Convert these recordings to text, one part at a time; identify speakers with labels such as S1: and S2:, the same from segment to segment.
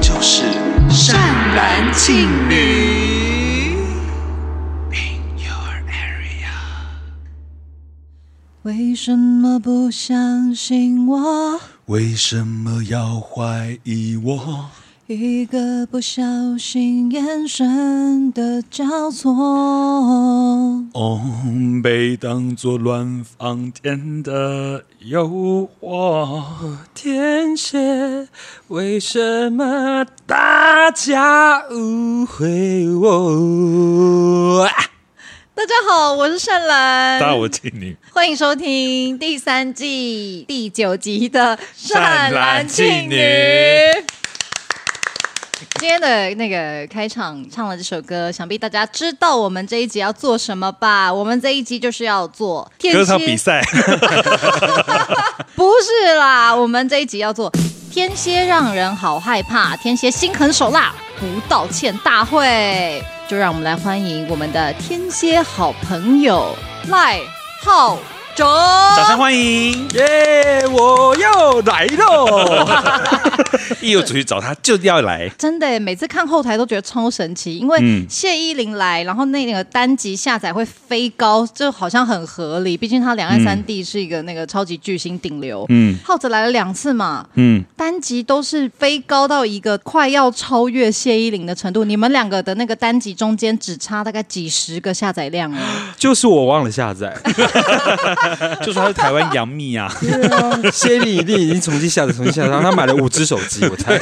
S1: 就是善男信女。In your area，
S2: 为什么不相信我？
S1: 为什么要怀疑我？
S2: 一个不小心，眼神的交错。
S1: 哦，被当作乱放天的诱惑，
S3: 天蝎，为什么大家误会我？
S1: 啊
S2: 大家好，我是善兰，
S1: 大我敬你。
S2: 欢迎收听第三季第九集的《善男信
S1: 善男信
S2: 女》
S1: 女。
S2: 今天的那个开场唱了这首歌，想必大家知道我们这一集要做什么吧？我们这一集就是要做天
S1: 歌
S2: 蝎
S1: 唱比赛，
S2: 不是啦，我们这一集要做天蝎让人好害怕，天蝎心狠手辣，不道歉大会。就让我们来欢迎我们的天蝎好朋友赖浩哲。
S4: 掌声欢迎！
S3: 耶、我又来喽！
S4: 一有主去找他就要来，
S2: 真的耶，每次看后台都觉得超神奇，因为
S4: 嗯
S2: 谢依霖来，然后那个单集下载会飞高，就好像很合理。毕竟他两岸三地是一个那个超级巨星顶流。
S4: 嗯
S2: 浩哲来了两次嘛，
S4: 嗯，
S2: 单集都是飞高到一个快要超越谢依霖的程度，你们两个的那个单集中间只差大概几十个下载量哦。
S3: 就是我忘了下载，
S4: 就说他是台湾杨幂啊，
S3: 谢丽一定已经重新下载，重新下载，然后他买了五只手机，我 猜。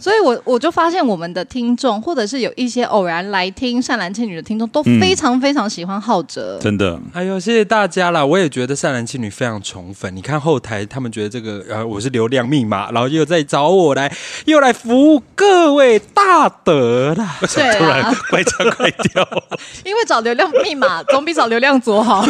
S2: 所以我我就发现我们的听众，或者是有一些偶然来听《善男信女》的听众，都非常非常喜欢浩 哲。
S4: 真的，
S3: 哎呦，谢谢大家啦！我也觉得善男信女非常宠粉。你看后台，他们觉得这个呃我是流量密码，然后又在找我来，又来服务各位大德啦。
S2: 对
S4: 突
S2: 啊
S4: 然，乖张乖 掉。
S2: 因为找流量密码总比找流量左好。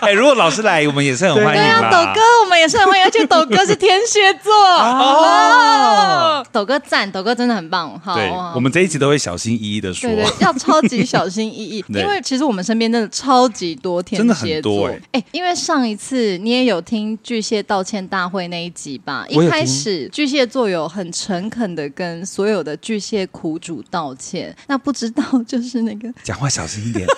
S4: 哎，如果老师来，我们也是很欢
S2: 对
S4: 迎
S2: 啊，
S4: 啦
S2: 抖哥。我们也是很欢迎，而且抖哥是天蝎座。哦，抖哥赞，抖哥真的很棒。好，
S4: 对
S2: 哇，
S4: 我们这一集都会小心翼翼的说
S2: 哦对， 对，要超级小心翼翼，
S4: 对
S2: 因为其实我们身边真的超级多天蝎
S4: 真的很多
S2: 座。
S4: 欸
S2: 哎、因为上一次你也有听巨蟹道歉大会那一集吧？
S3: 我
S2: 一
S3: 有
S2: 开始巨蟹座有很诚恳的跟所有的巨蟹苦主道歉，那不知道就是那个
S4: 讲话小心一点。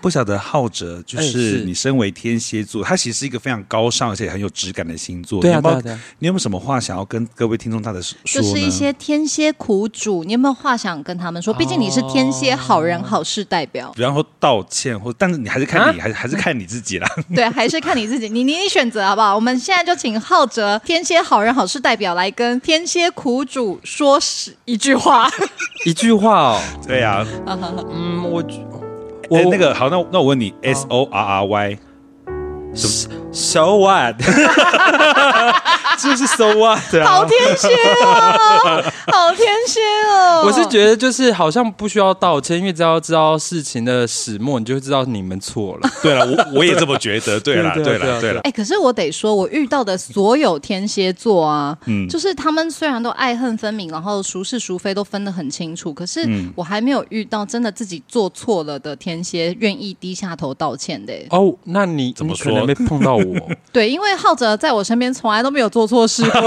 S4: 不晓得浩哲，就
S3: 哎
S4: 是
S3: 是
S4: 你身为天蝎座，他其实是一个非常高尚而且很有质感的星座。
S3: 对啊
S4: 你有没有
S3: 对啊对啊
S4: 你有没有什么话想要跟各位听众大的说
S2: 就
S4: 呢？
S2: 是一些天蝎苦主，你有没有话想跟他们说？毕竟你是天蝎好
S4: 啊
S2: 人好事代表，
S4: 比方说道歉，或但是你还是
S3: 啊
S4: 看你，还是还是看你自己啦。
S2: 对，还是看你自己，你你你选择好不好？我们现在就请浩哲天蝎好人好事代表来跟天蝎苦主说是一句 话。
S3: 一句话哦，哎
S4: 对啊，
S3: 嗯，我
S4: 我、
S3: 我
S4: 那个好，那那我问你，S O R R Y
S3: so what，就是 so what 啊。
S2: 好天蝎哦，好天蝎哦！
S3: 我是觉得就是好像不需要道歉，因为只要知道事情的始末，你就会知道你们错了。
S4: 对了，我我也这么觉 得。对啦，
S3: 对
S4: 对
S3: 对
S4: 啦，对
S3: 对对
S4: 啦。
S2: 哎、可是我得说，我遇到的所有天蝎座啊，
S4: 嗯
S2: 就是他们虽然都爱恨分明，然后孰是孰非都分得很清楚，可是我还没有遇到真的自己做错了的天蝎愿意低下头道歉的、
S3: 哦，那你
S4: 怎么
S3: 你可能
S4: 说
S3: 没碰到我，
S2: 对，因为浩哲在我身边从来都没有做错事过，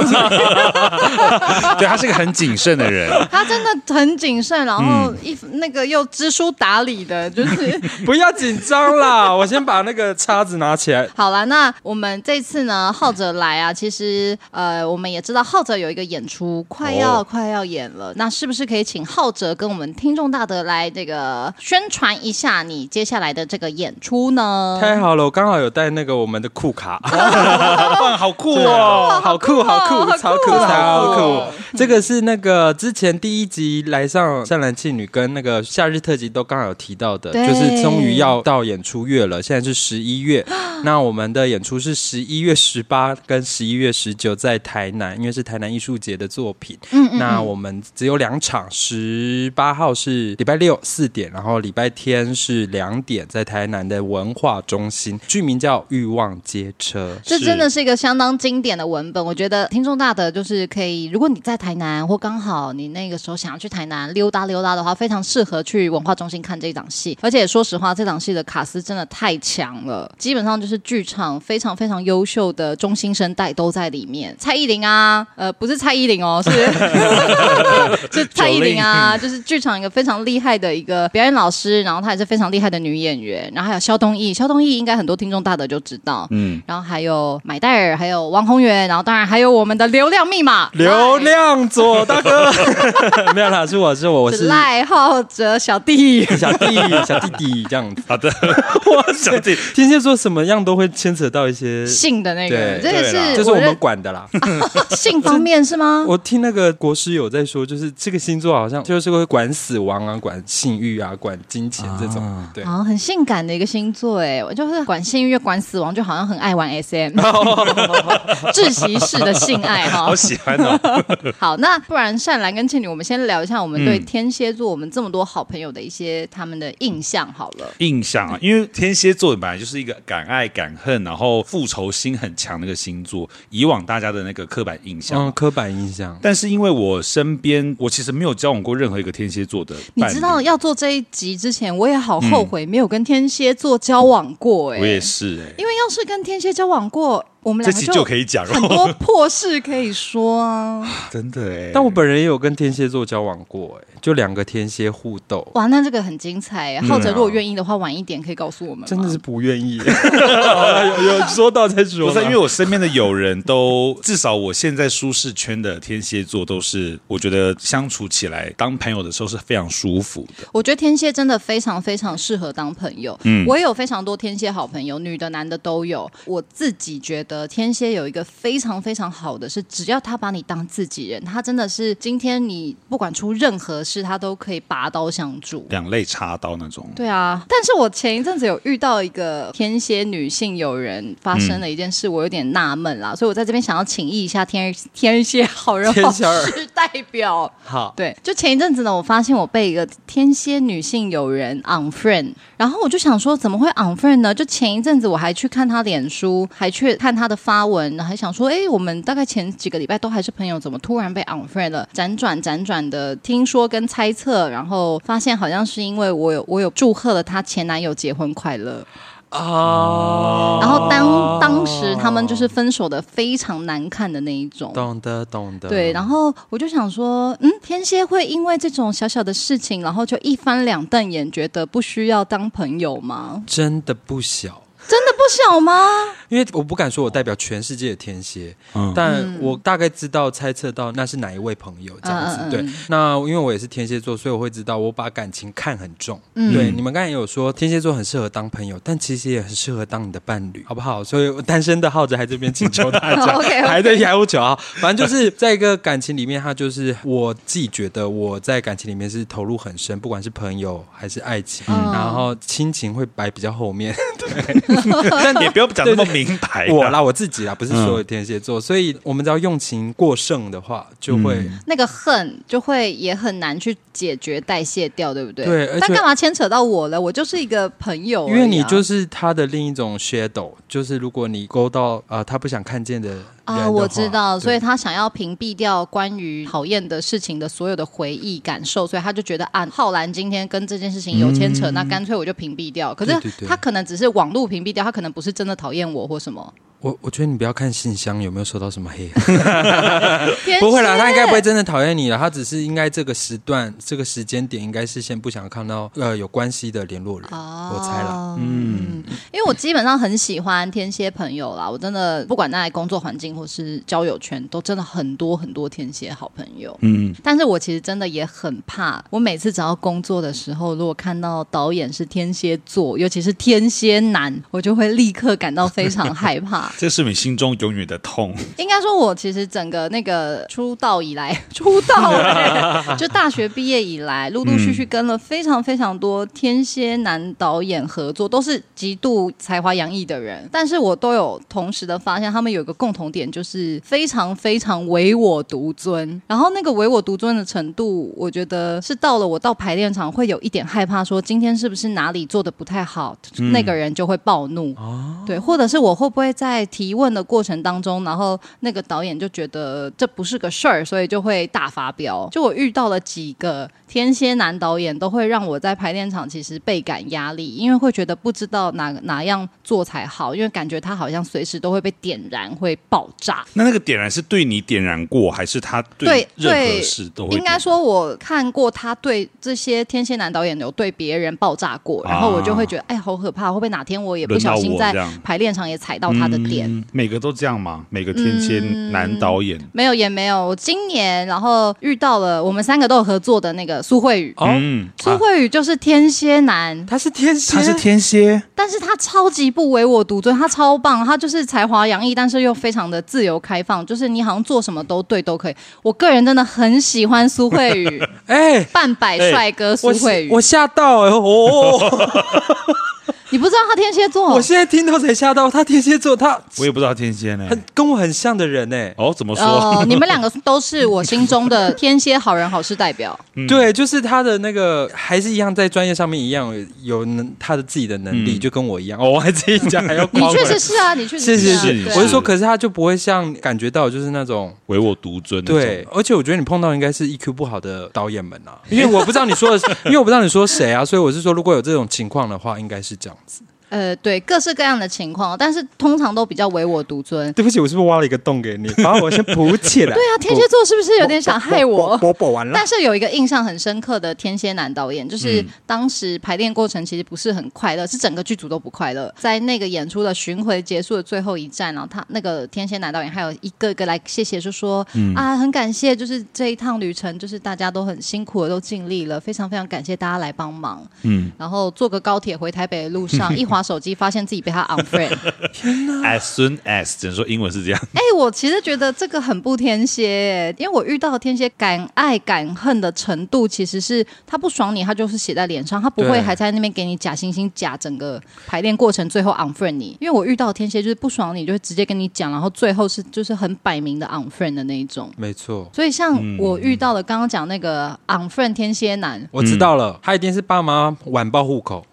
S4: 对他是个很谨慎的 人，
S2: 他真的很谨慎，然后一、那个又知书达理的，就是。
S3: 不要紧张啦，我先把那个叉子拿起 来。
S2: 好了，那我们这次呢，浩哲来啊，其实呃，我们也知道浩哲有一个演出快要、
S4: 哦
S2: 快要演了，那是不是可以请浩哲跟我们听众大德来这个宣传一下你接下来的这个演出呢？
S3: 太好了，我刚好有带那个我们的酷卡，
S4: 哇，好酷哦！
S3: 好酷，好酷，超酷，
S2: 好酷
S3: 超酷！这个是那个之前第一集来上《善男信女》跟那个夏日特辑都刚好有提到的，
S2: 对
S3: 就是终于要到演出月了，现在是十一月。那我们的演出是十一月十八跟十一月十九在台南，因为是台南艺术节的作品。
S2: 嗯嗯
S3: 那我们只有两场，十八号是礼拜六四点，然后礼拜天是两点，在台南的文化中心，剧名叫《欲望街车》。
S2: 这真的是一个相当经典的文本，我觉得听众大德就是可以，如果你在台南，或刚好你那个时候想要去台南溜达溜达的话，非常适合去文化中心看这一档戏。而且说实话，这档戏的卡司真的太强了，基本上就是剧场非常非常优秀的中新生代都在里面。蔡依林啊，呃，不是蔡依林哦，是是蔡依林啊，就是剧场一个非常厉害的一个表演老师，然后她也是非常厉害的女演员，然后还有肖东义，肖东义应该很多听众大的就知道，嗯，然后还有买戴尔，还有王宏源，然后当然还有我们的流量密码，
S3: 流
S2: 赖
S3: 量左大哥， 没有啦，是我是我，我
S2: 哎是
S3: 是
S2: 赖浩哲小弟，
S3: 小弟小弟弟这样子。
S4: 好的， 我小弟，
S3: 天蝎座什么样都会牵扯到一些，
S2: 性的那个，
S3: 对
S2: 这
S4: 对啦
S2: 个
S3: 就是是我们
S2: 认
S3: 管的啦。
S2: 性方面是 吗？
S3: 我听那个国师有在说，就是这个星座好像就是会管死亡啊，管性欲啊，管金钱这种。对，
S2: 啊，很性感的一个星座哎，我就是管性欲、管死亡，就好像很爱玩 SM，窒息式的性爱哈。
S4: 好喜欢哦。
S2: 好，那不然善兰跟倩女，我们先聊一下我们对天蝎座，我们这么多好朋友的一些他们的印象好了。
S4: 印象啊，因为天蝎座本来就是一个敢爱敢恨，然后复仇心很强的一个星座，以往大家的那个刻板印象。
S3: 嗯，刻板印象。
S4: 但是因为我身边，我其实没有交往过任何一个天蝎座的
S2: 你
S4: 伴侣，
S2: 知道要做这一集之前，我也好后悔没有跟天蝎座交往过
S4: 嗯
S2: 哎、
S4: 我也是哎、
S2: 因为要是跟天蝎交往过，我们
S4: 这
S2: 两
S4: 期
S2: 个
S4: 就可以讲
S2: 很
S4: 了，
S2: 多 破事可以说啊。
S4: 真的哎、
S3: 但我本人也有跟天蝎座交往过、哎，就两个天蝎互斗，
S2: 哇，那这个很精彩欸。
S4: 嗯
S2: 浩哲如果愿意的话，晚一点可以告诉我们吗。
S3: 真的是不愿意。好啦有有说到再说
S4: 不
S3: 啦，
S4: 是因为我身边的友人都，至少我现在舒适圈的天蝎座都是，我觉得相处起来当朋友的时候是非常舒服的。
S2: 我觉得天蝎真的非常非常适合当朋友。嗯，我也有非常多天蝎好朋友，女的男的都有。我自己觉得天蝎有一个非常非常好的是，只要他把你当自己人，他真的是今天你不管出任何事，他都可以拔刀相助。
S4: 两肋插刀那 种，
S2: 对啊，但是我前一阵子有遇到一个天蝎女性友人发
S3: 嗯
S2: 生了一件事，我有点纳闷啦，所以我在这边想要请益一下天天蝎好人好
S3: 天蝎儿
S2: 事代表。
S3: 好，
S2: 对，就前一阵子呢，我发现我被一个天蝎女性友人 unfriend，然后我就想说怎么会 unfriend 呢？就前一阵子我还去看她脸书，还去看她的发文，然后还想说，哎，我们大概前几个礼拜都还是朋友，怎么突然被 unfriend 了？辗转辗转的听说跟猜测，然后发现好像是因为我有我有祝贺了她前男友结婚快乐，
S3: 哦，
S2: 然后当当时他们就是分手的非常难看的那一种。
S3: 懂得懂得，
S2: 对，然后我就想说，嗯，天蝎会因为这种小小的事情，然后就一翻两瞪眼，觉得不需要当朋友 吗？
S3: 真的不小。
S2: 真的不小吗？
S3: 因为我不敢说我代表全世界的天蝎，
S4: 嗯
S3: 但我大概知道、猜测到那是哪一位朋友这样子。
S2: 嗯嗯嗯
S3: 对，那因为我也是天蝎座，所以我会知道我把感情看很重。
S2: 嗯
S3: 对，你们刚才也有说天蝎座很适合当朋友，但其实也很适合当你的伴侣，好不好？所以单身的浩哲还这边请求大 家，
S2: OK，OK
S3: 还在压我脚啊。反正就是在一个感情里面，他就是我自己觉得我在感情里面是投入很深，不管是朋友还是爱情，
S2: 嗯
S3: 然后亲情会摆比较后面。
S4: 但也不要讲那么明白。
S3: 我啦，我自己啦，不是
S4: 嗯
S3: 所有天蝎座，所以我们只要用情过剩的话，就会、
S4: 嗯。
S2: 那个恨就会也很难去解决、代谢掉，对不对？
S3: 对而
S2: 但
S3: 且
S2: 干嘛牵扯到我了？我就是一个朋友而已啊、
S3: 因为你就是他的另一种 shadow，就是如果你勾到啊、呃他不想看见的人的
S2: 啊、
S3: 话
S2: 我知道，
S3: 对
S2: 所以他想要屏蔽掉关于讨厌的事情的所有的回忆感受，所以他就觉得啊，浩然今天跟这件事情有牵扯，那干脆我就屏蔽掉。可
S3: 嗯对对
S2: 是
S3: 对
S2: 他可能只是网络屏蔽掉，他可能不是真的讨厌我或什么。
S3: 我我觉得你不要看信箱有没有收到什么黑，
S2: 天
S3: 不会啦，
S2: 蝎
S3: 他应该不会真的讨厌你了，他只是应该这个时段、这个时间点应该是先不想看到呃有关系的联络人，
S2: 哦，
S3: 我猜啦。
S2: 嗯，因为我基本上很喜欢天蝎朋友啦，我真的不管在工作环境或是交友圈，都真的很多很多天蝎好朋友。嗯，但是我其实真的也很怕，我每次只要工作的时候，如果看到导演是天蝎座，尤其是天蝎男，我就会立刻感到非常害怕
S4: 这是你心中永远的痛。
S2: 应该说，我其实整个那个出道以来，出道、 欸、就大学毕业以来，陆陆续续跟了非常非常多天蝎男导演合作，都是极度才华洋溢的人，但是我都有同时的发现，他们有一个共同点，就是非常非常唯我独尊。然后那个唯我独尊的程度，我觉得是到了我到排练场会有一点害怕，说今天是不是哪里做的不太好，那个人就会暴怒。对，或者是我会不会在在提问的过程当中，然后那个导演就觉得这不是个事儿，所以就会大发飙。就我遇到了几个天蝎男导演，都会让我在排练场其实倍感压力，因为会觉得不知道哪哪样做才好，因为感觉他好像随时都会被点燃，会爆炸。
S4: 那那个点燃是对你点燃过，还是他
S2: 对
S4: 任何
S2: 对
S4: 事都会点
S2: 应
S4: 燃？
S2: 该说，我看过他对这些天蝎男导演有对别人爆炸过，然后我就会觉得，哎，好可怕！会不会哪天我也不小心
S4: 啊轮到我
S2: 在
S4: 这样
S2: 排练场也踩到他的点？
S4: 嗯每个都这样吗？每个天蝎
S2: 嗯
S4: 男导演、
S2: 没有，也没有。我今年然后遇到了我们三个都有合作的那个苏慧宇，
S3: 哦，
S4: 嗯，
S2: 苏慧宇就是天蝎男，
S3: 他是天蝎，
S4: 他是天蝎，
S2: 但是他超级不唯我独尊，他超棒，他就是才华洋溢，但是又非常的自由开放，就是你好像做什么都对都可以。我个人真的很喜欢苏慧 宇，
S3: 哎、
S2: 半百帅哥苏
S3: 我
S2: 慧宇，
S3: 我吓到哎、哦，
S2: 你不知道他天蝎座
S3: 我，现在听到才吓到，他天蝎座，他
S4: 我也不知道天蝎呢。
S3: 很跟我很像的人哎、
S4: 哦，怎么说？
S2: 哦，你们两个都是我心中的天蝎好人好事代 表。
S3: 对，就是他的那个还是一样，在专业上面一样有能他的自己的能力，就跟我一样。哦，我还自己讲还要
S2: 你
S3: 夸
S2: 确
S3: 我
S2: 实是啊，你确
S3: 是
S2: 实
S3: 是
S2: 啊，
S4: 是
S2: 对啊
S3: 我是说，可是他就不会像感觉到就是那种
S4: 唯我独尊那种。
S3: 对，而且我觉得你碰到应该是 EQ 不好的导演们 啊，因为我不知道你说的，因为我不知道你说谁啊，所以我是说，如果有这种情况的话，应该是这样子。
S2: 呃，对，各式各样的情况，但是通常都比较唯我独尊。
S3: 对不起，我是不是挖了一个洞给你，把我先补起来？
S2: 对啊，天蝎座是不是有点想害 我？
S3: 我补完了
S2: 但。是有一个印象很深刻的天蝎男导演，就是当时排练过程其实不是很快乐，是整个剧组都不快乐。在那个演出的巡回结束的最后一站，然后他那个天蝎男导演还有一个一个来谢谢，就说、啊，很感谢，就是这一趟旅程，就是大家都很辛苦了，都尽力了，非常非常感谢大家来帮忙。嗯，然后坐个高铁回台北的路上，一划手机发现自己被他 unfriend。啊
S4: ，as soon as 只能说英文是这样。
S2: 哎、我其实觉得这个很不天蝎耶，因为我遇到的天蝎敢爱敢恨的程度，其实是他不爽你，他就是写在脸上，他不
S3: 对
S2: 会还在那边给你假惺惺假整个排练过程，最后 unfriend 你。因为我遇到的天蝎就是不爽你，就会直接跟你讲，然后最后是就是很摆明的 unfriend 的那一种。
S3: 没错，
S2: 所以像我遇到的刚刚讲那个 unfriend 天蝎男，
S3: 我知道了，他一定是爸妈晚报户 口，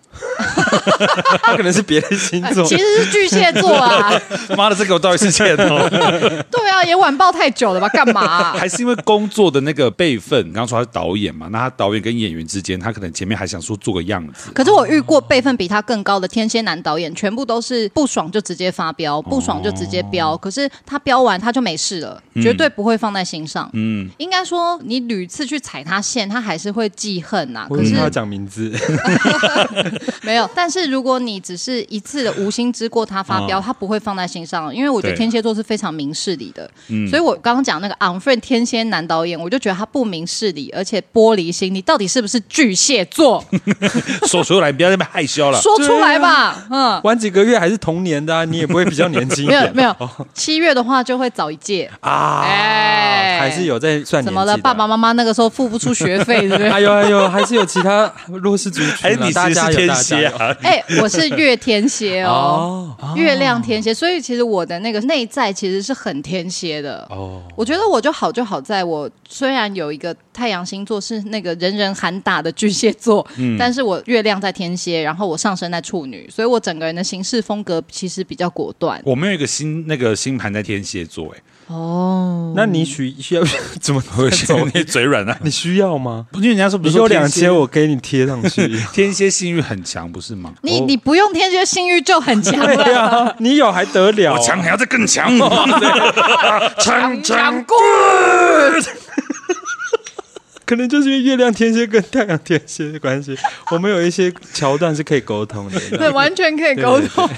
S3: 他可能是别的星座
S2: 啊其。实是巨蟹座啊，
S4: 妈的，这个我到底是欠 哦，
S2: 对啊，也晚报太久了吧？干嘛啊、
S4: 还是因为工作的那个辈分？刚刚说他是导演嘛，那他导演跟演员之间，他可能前面还想说做个样 子，
S2: 可是我遇过辈分比他更高的天蝎男导演，全部都是不爽就直接发飙，不爽就直接飙。可是他飙完他就没事了，绝对不会放在心上。嗯，应该说你屡次去踩他线，他还是会记恨呐、
S3: 我
S2: 可
S3: 以为
S2: 是
S3: 他要讲名字，
S2: 没有，但是如果你只是一次的无心之过，他发飙，他不会放在心上，因为我觉得
S4: 对
S2: 天蝎座是非常明事理的。所以我刚刚讲那个 unfriend 天蝎男导演，我就觉得他不明事理，而且玻璃心。你到底是不是巨蟹 座？
S4: 说出来不要那么害羞了。
S2: 说出来吧。嗯。
S3: 晚几个月还是同年的啊，你也不会比较年轻 一
S2: 没有
S3: 点
S2: 没有，七月的话就会早一届。
S3: 哦啊，
S2: 哎
S3: 还是有在算年纪的
S2: 怎么了？爸爸妈妈那个时候付不出学 费，对不对？
S3: 哎呦哎呦，还是有其他 弱势族群
S4: 哎，
S3: 啊，
S4: 你
S3: 大
S4: 是
S3: 家
S4: 是
S3: 有
S4: 天
S3: 大家
S4: 蝎
S3: 有。
S4: 啊？
S2: 哎、我是月天蝎哦，
S3: 哦
S2: 月亮天蝎，所以其实我的那个内在其实是很天蝎的。
S3: 哦，
S2: 我觉得我就好就好在我虽然有一个太阳星座是那个人人喊打的巨蟹座，
S3: 嗯
S2: 但是我月亮在天蝎，然后我上升在处女，所以我整个人的行事风格其实比较果断。
S3: 哦
S4: 我们有一个星那个星盘在天蝎座，哎，
S2: 哦，
S3: 那你需需要怎么
S4: 我
S3: 走？
S4: 你嘴软啊？
S3: 你需要吗？
S4: 不是人家说不
S3: 你
S4: 是
S3: 有
S4: 说
S3: 两
S4: 天蝎
S3: 千，我给你贴上去。
S4: 天蝎性欲很强，不是吗？
S2: 你你不用天蝎性欲就很强了。
S3: 对啊，你有还得了？
S4: 我强还要再更强，哦 强强。
S2: 过。
S3: 可能就是因为月亮天蝎跟太阳天蝎的关系， 我们有一些桥段是可以沟通的。
S2: 对，完全可以沟通。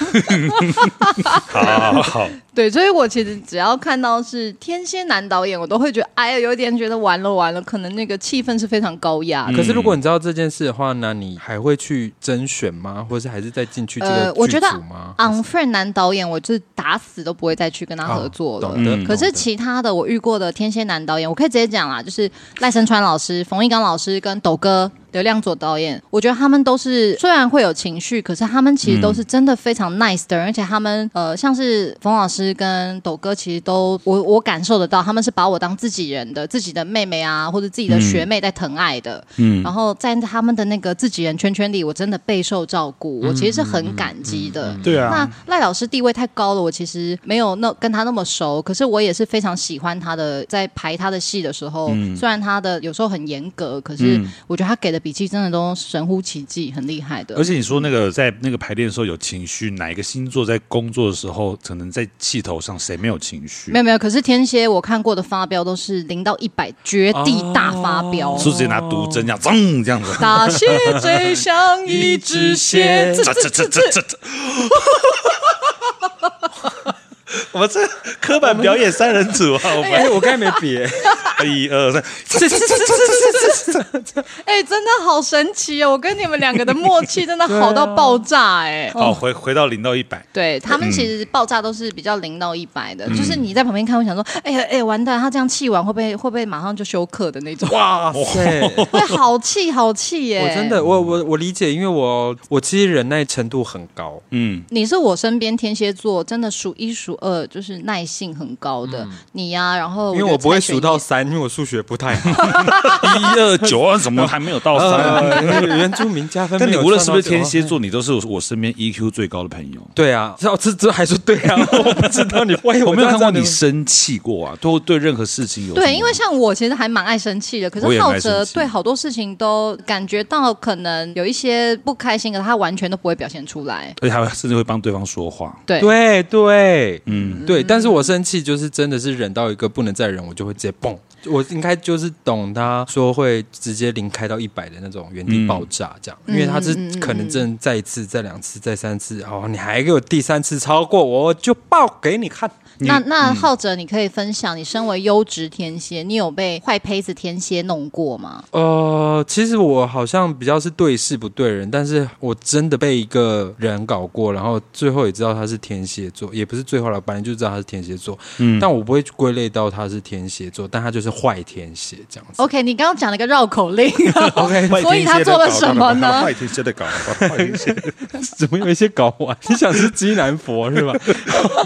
S4: 好好啊 好，
S2: 对，所以我其实只要看到是天蝎男导演，我都会觉得，哎呀，有点觉得完了完了，可能那个气氛是非常高压的。
S3: 啊可是如
S4: 嗯
S3: 果你知道这件事的话，那你还会去甄选吗？或是还是再进去这个
S2: 呃，我觉
S3: 剧
S2: 得
S3: 组吗？
S2: unfriend 男导演，我就是打死都不会再去跟他啊合作了。
S3: 哦懂得
S2: 可是
S3: 懂得
S2: 其他的我遇过的天蝎男导演，我可以直接讲啦，就是赖声川老师、冯一刚老师跟斗哥。流量左导演，我觉得他们都是虽然会有情绪，可是他们其实都是真的非常 nice 的人，而且他们呃，像是冯老师跟斗哥，其实都我我感受得到，他们是把我当自己人的，自己的妹妹啊，或者自己的学妹在疼爱的。嗯，然后在他们的那个自己人圈圈里，我真的备受照顾，我其实是很感激的。
S4: 对啊
S2: 那，赖老师地位太高了，我其实没有那跟他那么熟，可是我也是非常喜欢他的。在排他的戏的时候，
S4: 嗯
S2: 虽然他的有时候很严格，可是我觉得他给的笔记真的都神乎其技，很厉害的
S4: 而。且你说那个在那个排练的时候有情绪，哪一个星座在工作的时候可能在气头上谁没有情绪？
S2: 没有没有，可是天蝎我看过的发飙都是零到一百绝地大发飙，
S4: 是直接拿毒针这样，噌这样 子。
S2: 大蟹最像一只蟹，这 这这这
S4: 这这！我们这刻板表演三人组啊，我们
S3: 哎，我刚才没 别，
S4: 一二三，
S3: 是是是是是是是，
S2: 哎、真的好神奇哦！我跟你们两个的默契真的好到
S4: 啊
S2: 爆炸哎、
S4: 好，回回到零到一百。
S2: 对他
S3: 嗯
S2: 们其实爆炸都是比较零到一百的，就是你在旁边看，会想说，哎呀，哎，完蛋，他这样气完会不会会不会马上就休克的那种？
S3: 哇塞！
S2: 会好气好气耶！
S3: 我真，的，我我我理解，因为我我其实忍耐程度很高，
S4: 嗯，
S2: 你是我身边天蝎座真的数一数二，就是耐性很高的、你呀、然后
S3: 嗯因为
S2: 哦觉得
S3: 我不会
S2: 蔡雪
S3: 数到
S2: 莉
S3: 三，因为我数学不太 好。
S4: 一二九啊，怎么还没有到三？
S3: 呃原住民加分，
S4: 但你
S3: 没有
S4: 无论是
S3: 算
S4: 不
S3: 到
S4: 是天
S3: 九啊
S4: 蝎座，你哦都是我身边 EQ 最高的朋友。
S3: 对啊，这这这还说对啊， 哎我不知道你，万一
S4: 我没有
S3: 知
S4: 看
S3: 道
S4: 过
S3: 这
S4: 你
S3: 样
S4: 生气过啊，都对任何事情有什么
S2: 对，因为像我其实还蛮爱生气的，可
S4: 我
S2: 是
S4: 也蛮
S2: 浩
S4: 爱
S2: 哲
S4: 生气
S2: 对好多事情都感觉到可能有一些不开心，可是他完全都不会表现出来。
S4: 而且还甚至会帮对方说话。
S2: 对，
S3: 对对，嗯，对。但是我生气就是真的是忍到一个不能再忍，我就会直接蹦。我应该就是懂他说会直接零开到一百的那种原地爆炸这样，因为他是可能真的再一次、再两次、再三次，哦，你还给我第三次超过，我就爆给你嗯看。
S2: 那那浩哲，你可以分享，你身为优质天蝎，你有被坏胚子天蝎弄过吗？
S3: 呃，其实我好像比较是对事不对人，但是我真的被一个人搞过，然后最后也知道他是天蝎座，也不是最后了，本来就知道他是天蝎座，但我不会归类到他是天蝎座，但他就是坏天蝎这 样子。
S2: OK，你刚刚讲了一个绕口令啊
S3: OK，
S2: 所以他做了什么呢？
S4: 天蝎的搞，坏天蝎。
S3: 怎么有一些搞 完？你想是基南佛 是吧？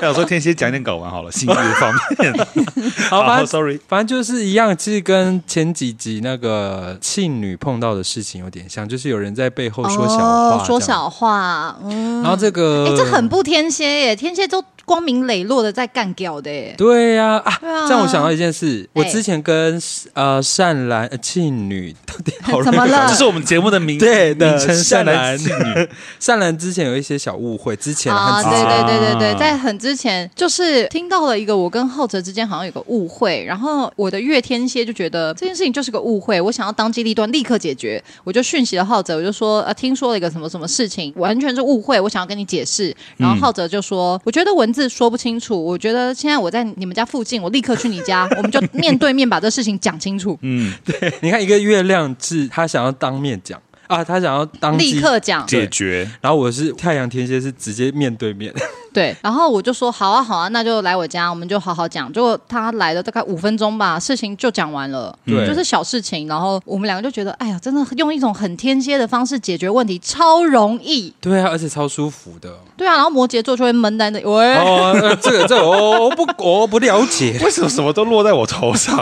S4: 想说天蝎讲一点搞完好了，性欲方面。
S3: 好，反正
S4: sorry，
S3: 反正就是一样，其实跟前几集那个庆女碰到的事情有点像，就是有人在背后说小话、
S2: 哦说。小话，嗯，
S3: 然后这个，
S2: 哎，这很不天蝎耶，天蝎都光明磊落的在干掉的耶。
S3: 对呀啊
S2: 对啊
S3: 这让我想到一件事，
S2: 哎
S3: 我之前跟呃善兰呃庆女到底好 啊
S2: 怎么了
S4: 这是我们节目的名
S3: 对的
S4: 名称，善男信女。
S3: 善兰之前有一些小误会，之前
S2: 啊，
S3: 很
S2: 对
S3: 之前
S2: 对对对
S4: 啊
S2: 对，在很之前，就是听到了一个我跟浩哲之间好像有个误会，然后我的月天蝎就觉得这件事情就是个误会，我想要当机立断，立刻解决，我就讯息了浩哲，我就说呃，听说了一个什么什么事情，完全是误会，我想要跟你解释，然后
S4: 嗯
S2: 浩哲就说，我觉得文字说不清楚，我觉得现在我在你们家附近，我立刻去你家，我们就面对面把这事情讲清楚，
S4: 嗯，
S3: 你看一个月亮是他想要当面讲啊，他想要当即
S2: 立刻讲，
S4: 解决。
S3: 然后我是太阳天蝎，是直接面对面。
S2: 对，然后我就说好啊好啊，那就来我家，我们就好好讲。结果他来了大概五分钟吧，事情就讲完了，
S3: 对
S2: 就是小事情。然后我们两个就觉得，哎呀，真的用一种很天蝎的方式解决问题，超容易。
S3: 对啊，而且超舒服的。
S2: 对啊，然后摩羯座就会闷在那里，喂，
S3: 哦，呃这个这个我不我不了解。
S4: 为什么什么都落在我头上？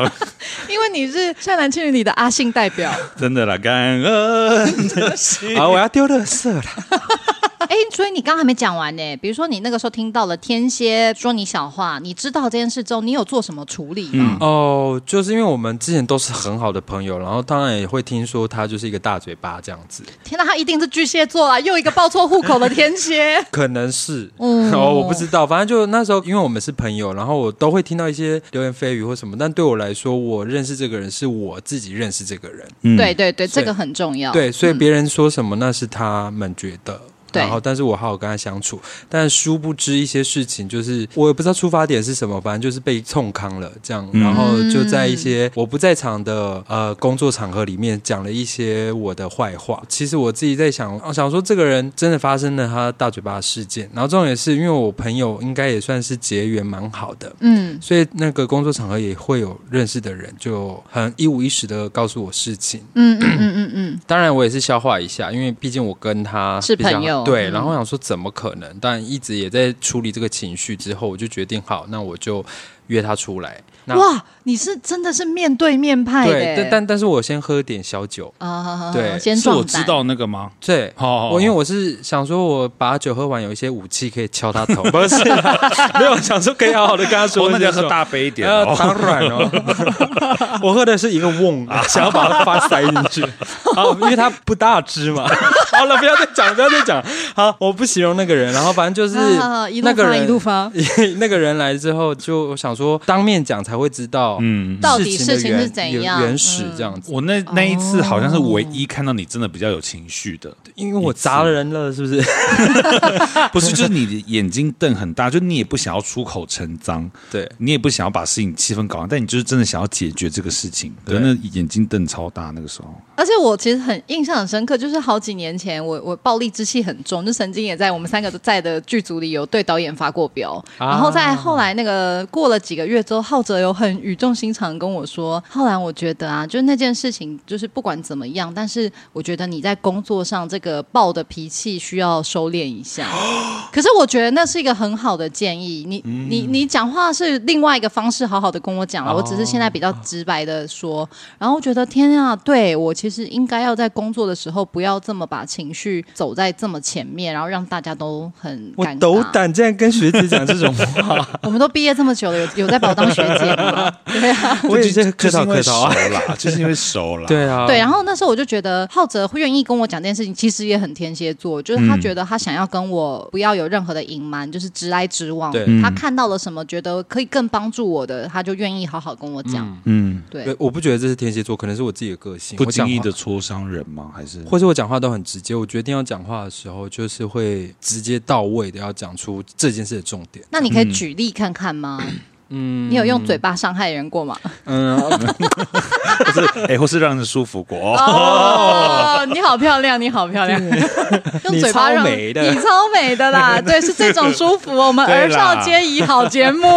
S2: 因为你是善男信女里的阿信代表。
S4: 真的啦， 感恩的心。
S3: 啊，我要丢垃圾了。
S2: 哎，所以你刚刚还没讲完呢。比如说你那个时候听到了天蝎说你小话，你知道这件事之后，你有做什么处理吗？
S3: 哦，就是因为我们之前都是很好的朋友，然后当然也会听说他就是一个大嘴巴这样子，
S2: 天哪，他一定是巨蟹座啊，又一个报错户口的天蝎。
S3: 可能是。 哦，我不知道，反正就那时候，因为我们是朋友，然后我都会听到一些流言蜚语或什么，但对我来说，我认识这个人是我自己认识这个人，
S2: 对对对，这
S3: 所以
S2: 个很重要。嗯
S3: 对，所以别人说什么那是他们觉得。
S2: 对
S3: 然后但是我好好跟他相处，但殊不知一些事情，就是我也不知道出发点是什么，反正就是被冲康了这样，然后就在一些我不在场的呃工作场合里面讲了一些我的坏话。其实我自己在想，啊想说这个人真的发生了他大嘴巴的事件，然后重点是因为我朋友应该也算是结缘蛮好的，
S2: 嗯，
S3: 所以那个工作场合也会有认识的人，就很一五一十的告诉我事情。
S2: 嗯嗯嗯嗯嗯，
S3: 当然，我也是消化一下，因为毕竟我跟他
S2: 是
S3: 比较
S2: 朋友
S3: 对。
S2: 嗯
S3: 然后我想说，怎么可能？但一直也在处理这个情绪之后，我就决定好，那我就约他出来。那
S2: 哇，你是真的是面对面派的
S3: 对，但
S2: 耶，
S3: 但但是我先喝点小酒，
S2: 啊好，好好
S3: 对
S2: 先
S4: 是我
S2: 壮
S4: 知
S2: 胆，
S4: 道那个吗？
S3: 对。
S4: 好，
S3: 我因为我是想说，我把酒喝完，有一些武器可以敲 他头，不是啦， 没有想说可以好好的跟他说
S4: 我
S3: 一些什么。
S4: 那个喝大杯一点
S3: 呃，
S4: 哦，
S3: 当然哦， 我喝的是一个瓮啊，想要把它发塞进 去，好，因为它不大只 嘛。好了，不要再讲，不要再讲。好，我不形容那个人，然后反正就是
S2: 啊好好好一路
S3: 那个
S2: 发一路
S3: 人，
S2: 发，
S3: 那个人来之后，就我想说当面讲才会知道，
S4: 嗯。
S2: 到底
S3: 的
S2: 事情
S3: 原
S2: 是怎
S3: 原
S2: 样
S3: 原始
S2: 嗯
S3: 这样子，
S4: 我那那一次好像是唯一看到你真的比较有情绪的，
S3: 因为我砸了人了，是不是？哦
S4: 不是就是你的眼睛瞪很大，就你也不想要出口成脏，
S3: 对，
S4: 你也不想要把事情气氛搞完，但你就是真的想要解决这个事情，可是
S3: 对
S4: 那眼睛瞪超大那个时 候，
S2: 而且我其实很印象很深刻，就是好几年前我我暴力之气很重，就曾经也在我们三个都在的剧组里有对导演发过飙，
S3: 啊
S2: 然后在后来那个过了几个月之后，浩哲有很语重心长地跟我说，浩然我觉得啊，就是那件事情就是不管怎么样，但是我觉得你在工作上这个暴的脾气需要收敛一下。可是我觉得那是一个很好的建议，你、你你讲话是另外一个方式，好好的跟我讲了，我只是现在比较直白的说，然后我觉得天啊，对我其实应该要在工作的时候不要这么把情绪走在这么前面，然后让大家都很
S3: 我
S2: 尴
S3: 斗
S2: 尬。
S3: 胆竟然跟学姐讲这种话，
S2: 我们都毕业这么久了，有有在把我当学姐吗？对啊。
S3: 我也
S4: 就是
S3: 客
S4: 就是
S3: 套
S4: 因
S3: 客
S4: 为
S3: 套
S4: 熟
S3: 啊，
S4: 啦， 就是因为熟啦，嗯
S3: 对啊，
S2: 对，然后那时候我就觉得浩哲会愿意跟我讲这件事情，其实也很天蝎座，就是他
S4: 嗯
S2: 觉得他想要跟我不要有任何的隐瞒，就是直来直往。
S3: 对
S2: 他看到了什么觉得可以更帮助我的，他就愿意好好跟我讲。
S4: 嗯，
S2: 对
S3: 对，，我不觉得这是天蝎座，可能是我自己的个性，
S4: 不
S3: 我讲
S4: 经意
S3: 话
S4: 的戳伤人吗？还是
S3: 或是我讲话都很直接，我决定要讲话的时候，就是会直接到位的要讲出这件事的重点。
S2: 那你可以举例看看吗？嗯，你有用嘴巴伤害人过吗？
S3: 嗯，
S4: 或是哎，或是让人舒服过？ 哦
S2: 哦， 你好漂亮，你好漂亮， 用嘴巴让
S3: 你超美的
S2: 你超美的啦，对，是这种舒服，我们
S4: 对
S2: 儿
S4: 啦
S2: 少皆宜好节目。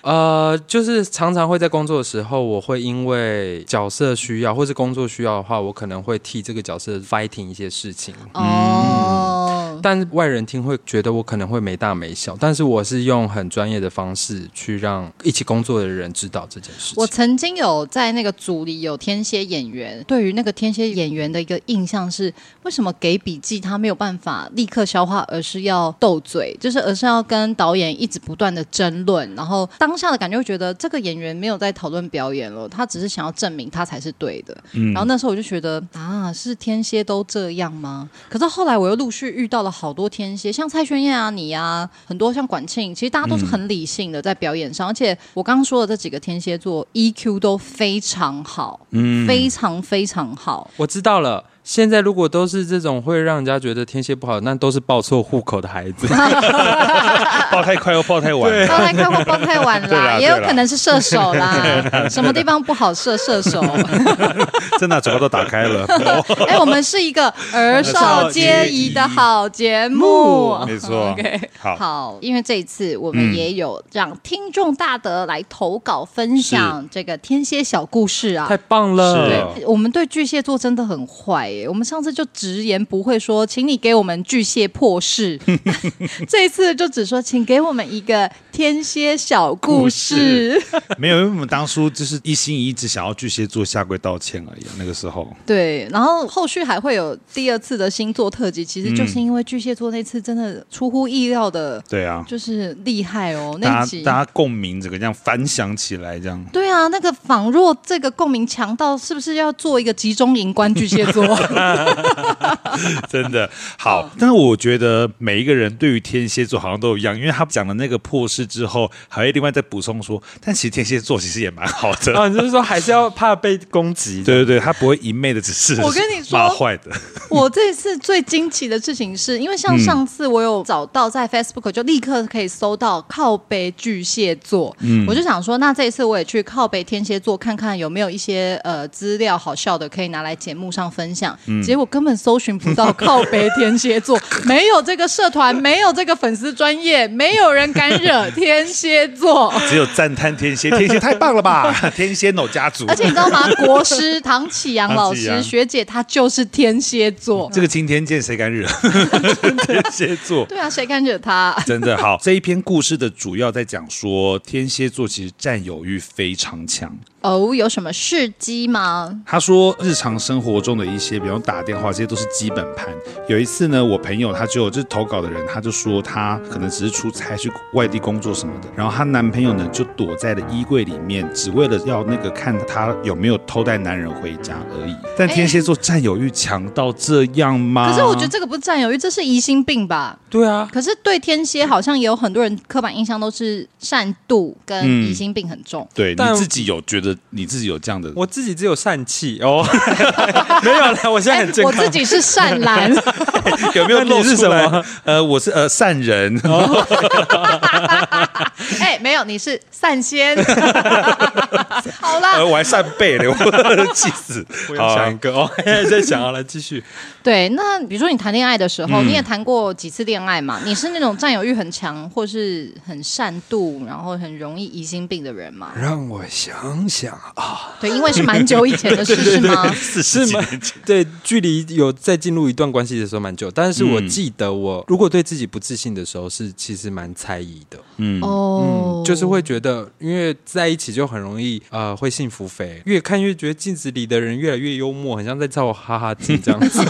S3: 呃，就是常常会在工作的时候，我会因为角色需要或是工作需要的话，我可能会替这个角色 fighting 一些事情。
S2: 哦，
S3: 但外人听会觉得我可能会没大没小，但是我是用很专业的方式去让一起工作的人知道这件事情。
S2: 我曾经有在那个组里有天蝎演员，对于那个天蝎演员的一个印象是，为什么给笔记他没有办法立刻消化，而是要斗嘴，就是而是要跟导演一直不断的争论，然后当下的感觉会觉得这个演员没有在讨论表演了，他只是想要证明他才是对的。
S4: 嗯
S2: 然后那时候我就觉得啊，是天蝎都这样吗？可是后来我又陆续遇到了好多天蝎，像蔡宣燕啊、你啊，很多像管庆，其实大家
S4: 嗯
S2: 都是很理性的在表演上，而且我刚刚说的这几个天蝎座 EQ 都非常好，嗯，非常非 常好。
S3: 我知道了。现在如果都是这种会让人家觉得天蝎不好，那都是报错户口的孩子。
S4: 抱太快又抱太晚了，
S2: 包太开或包太晚
S4: 对啦
S2: 啦，也有
S4: 对啦
S2: 可能是射手啦，什么地方不好射 射手？
S4: 真的啊嘴巴都打开 了，
S2: 哎，我们是一个儿少皆宜的好节目，
S4: 哦没错
S2: 哦 OK，
S4: 好
S2: 好，因为这一次我们也有让听众大德来投稿分享这个天蝎小故事啊
S3: 太。棒了！
S4: 是
S2: 对我们对巨蟹座真的很坏耶！我们上次就直言不讳说，请你给我们巨蟹破事，这一次就只说，请给我们一个天蝎小故事。
S4: 没有，因为我们当初就是一心一意只想要巨蟹座下跪道歉而已啊。那个时候，
S2: 对，然后后续还会有第二次的星座特辑，其实就是因为巨蟹座那次真的出乎意料的，
S4: 对啊，
S2: 就是厉害哦，那
S4: 大
S2: 集
S4: 家大家共鸣，整个这样反响起来， 这样
S2: 对啊，那个仿若这个共鸣强到，是不是要做一个集中营关巨蟹座？
S4: 真的
S2: 哦
S4: 好。但是我觉得每一个人对于天蝎座好像都一样，因为他讲了那个破事之后，还会另外再补充说，但其实天蝎座其实也蛮好 的。
S3: 啊，你就是说还是要怕被攻击的，
S4: 对对对，他不会一昧的只是
S2: 我跟你说
S4: 骂坏的，
S2: 我这次最惊奇的事情是，因为像上次我有找到在 Facebook 就立刻可以搜到靠北巨蟹座，我就想说，那这一次我也去靠北天蝎座看看有没有一些呃资料好笑的可以拿来节目上分享。结果根本搜寻不到靠北天蝎座，没有这个社团，没有这个粉丝专业，没有人敢惹天蝎座。
S4: 只有赞叹天蝎，天蝎太棒了 吧，天蝎脑家族。
S2: 而且你知道 吗？国师唐启阳老
S4: 唐启
S2: 师
S4: 阳
S2: 学姐她就是天蝎 座，
S4: 这个今天见谁敢惹？ 天蝎座。
S2: 对啊，谁敢惹她？
S4: 真的好，这一篇故事的主要在讲说，天蝎座其实占有欲非常强。
S2: 哦，有什么事迹吗？
S4: 他说，日常生活中的一些，比如打电话，这些都是基本盘。有一次呢，我朋友他就就是投稿的人，他就说他可能只是出差去外地工作什么的，然后她男朋友呢就躲在了衣柜里面，只为了要那个看她有没有偷带男人回家而已。但天蝎座占有欲强到这样吗？
S2: 哎可是我觉得这个不是占有欲，这是疑心病吧？
S3: 对啊，
S2: 可是对天蝎好像也有很多人刻板印象都是善度跟
S4: 嗯
S2: 疑心病很重。
S4: 对
S3: 但
S4: 你自己有觉得你自己有这样的
S3: 我自己只有疝气哦， 没有啦，我现在
S2: 哎
S3: 很健
S2: 我
S3: 康。
S2: 自己是善 男，
S4: 有没有
S3: 那
S4: 露
S3: 你是
S4: 出来
S3: 什么？
S4: 呃，我是呃善人，
S2: 哎、没有，你是善 仙。好啦
S4: 呃，，我还善背 嘞，我气死！
S3: 我
S4: 好
S3: 要
S4: 啊
S3: 想一个哦，在想要来 继续。
S2: 对，那比如说你谈恋爱的时候，
S3: 嗯
S2: 你也谈过几次恋爱嘛？你是那种占有欲很强，或是很善度，然后很容易疑心病的人 吗？
S3: 让我想想啊，
S2: 对，因为是蛮久以前的事， 是吗？
S4: 四十
S3: 是
S4: 几
S3: 吗
S4: 年前，？
S3: 对，距离有在进入一段关系的时候蛮久，但是我记得我如果对自己不自信的时候，是其实蛮猜疑的，
S4: 嗯
S2: 哦、
S3: 嗯就是会觉得，因为在一起就很容易呃会幸福肥，越看越觉得镜子里的人越来越幽默，很像在照我哈哈镜这样子。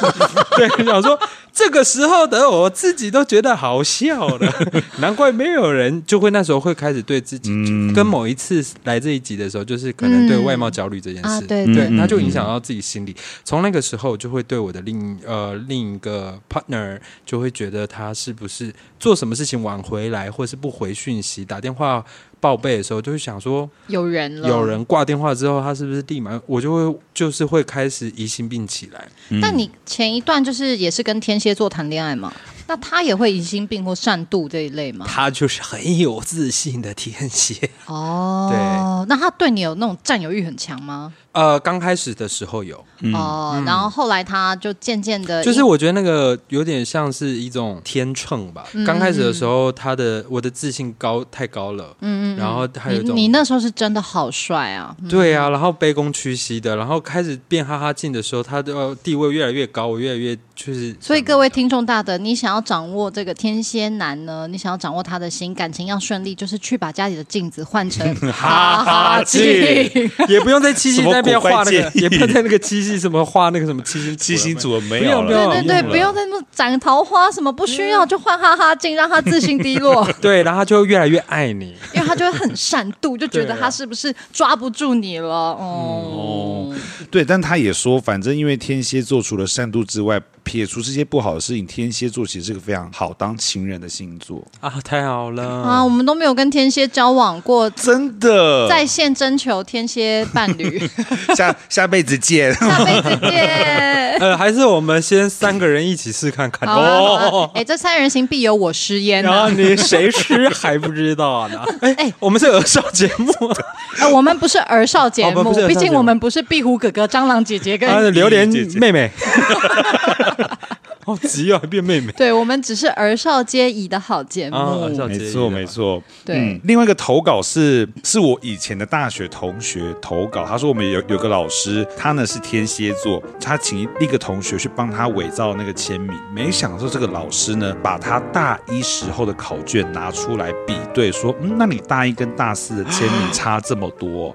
S3: 对，想说这个时候的我自己都觉得好笑了， 难怪没有人就会那时候会开始对自己，跟某一次来这一集的时候，就是可能对
S2: 嗯
S3: 外貌焦虑这件
S2: 啊
S3: 事，
S2: 对对
S3: 对，
S4: 嗯
S3: 他就影响到自己心理。从那个时候，就会对我的另呃另一个 partner 就会觉得他是不是做什么事情晚回来，或是不回讯息、打电话报备的时候，就会想说，
S2: 有人了，
S3: 有人挂电话之后，他是不是立马我就会就是会开始疑心病起来。
S2: 但你前一段就是也是跟天蝎座谈恋爱嘛？那他也会疑心病或善妒这一类吗？
S3: 他就是很有自信的天蝎。
S2: 哦，那他对你有那种占有欲很强吗？
S3: 呃，刚开始的时候有，
S2: 哦，然后后来他就渐渐的，
S3: 嗯就是我觉得那个有点像是一种天秤吧。刚开始的时候，他的我的自信高太高了，嗯嗯，然后还
S2: 你
S3: 有一种
S2: 你那时候是真的好帅啊！
S3: 对啊，然后卑躬屈膝的，然后开始变哈哈镜的时候，他的呃地位越来越高，我越来越嗯就是。
S2: 所以各位听众大德，你想要掌握这个天蝎男呢，你想要掌握他的心，感情要顺利，就是去把家里的镜子换 成哈哈镜。
S3: 也不用在七夕那边画那
S4: 什么
S3: 个
S4: 古怪，建议
S3: 也不用在那个七夕什么画那个什么 七星
S4: 七星
S3: 了
S4: 组没
S3: 不
S4: 有
S3: 用
S4: 了，
S3: 不用
S2: 对对对，不用再那么斩桃花什么，不需要就换哈哈镜，让他自信低 落。
S3: 没对，然后他就越来越爱你。
S2: 因为他就会很善妒，就觉得
S3: 对啊
S2: 他是不是抓不住你了？哦，
S4: 对，但他也说，反正因为天蝎座除了善度之外，撇除这些不好的事情，天蝎座其实是个非常好当情人的星座，
S3: 啊，太好了
S2: 啊，我们都没有跟天蝎交往过，
S4: 真的。
S2: 在线征求天蝎伴 侣，
S4: 下下辈子见。
S2: 下辈子见。
S3: 呃，还是我们先三个人一起试看看
S2: 好啊好啊
S3: 哦。
S2: 哎，这三人行必有我师焉
S3: 然后
S2: 啊！
S3: 你谁吃还不知道 呢？
S2: 哎
S3: 哎，我们是儿少节目， 啊
S2: 呃，我们不是儿少节
S3: 哦
S2: 目
S3: 不是，儿少
S2: 毕
S3: 节目
S2: 竟我们不是壁虎哥哥、蟑螂姐姐
S3: 啊，
S2: 跟，
S3: 榴莲
S4: 姐姐
S3: 妹妹， 好急哦，还变妹妹
S2: 对我们只是儿少皆宜的好节目。
S3: 啊，儿少
S4: 没
S3: 节
S4: 错，
S3: 目
S4: 没错。嗯
S2: 对
S4: 另外一个投稿是是我以前的大学同学投稿，他说我们有有个老师，他呢是天蝎座，他请一个同学去帮他伪造那个签名，没想到这个老师呢把他大一时候的考卷拿出来比对，说，嗯，那你大一跟大四的签名差这么多，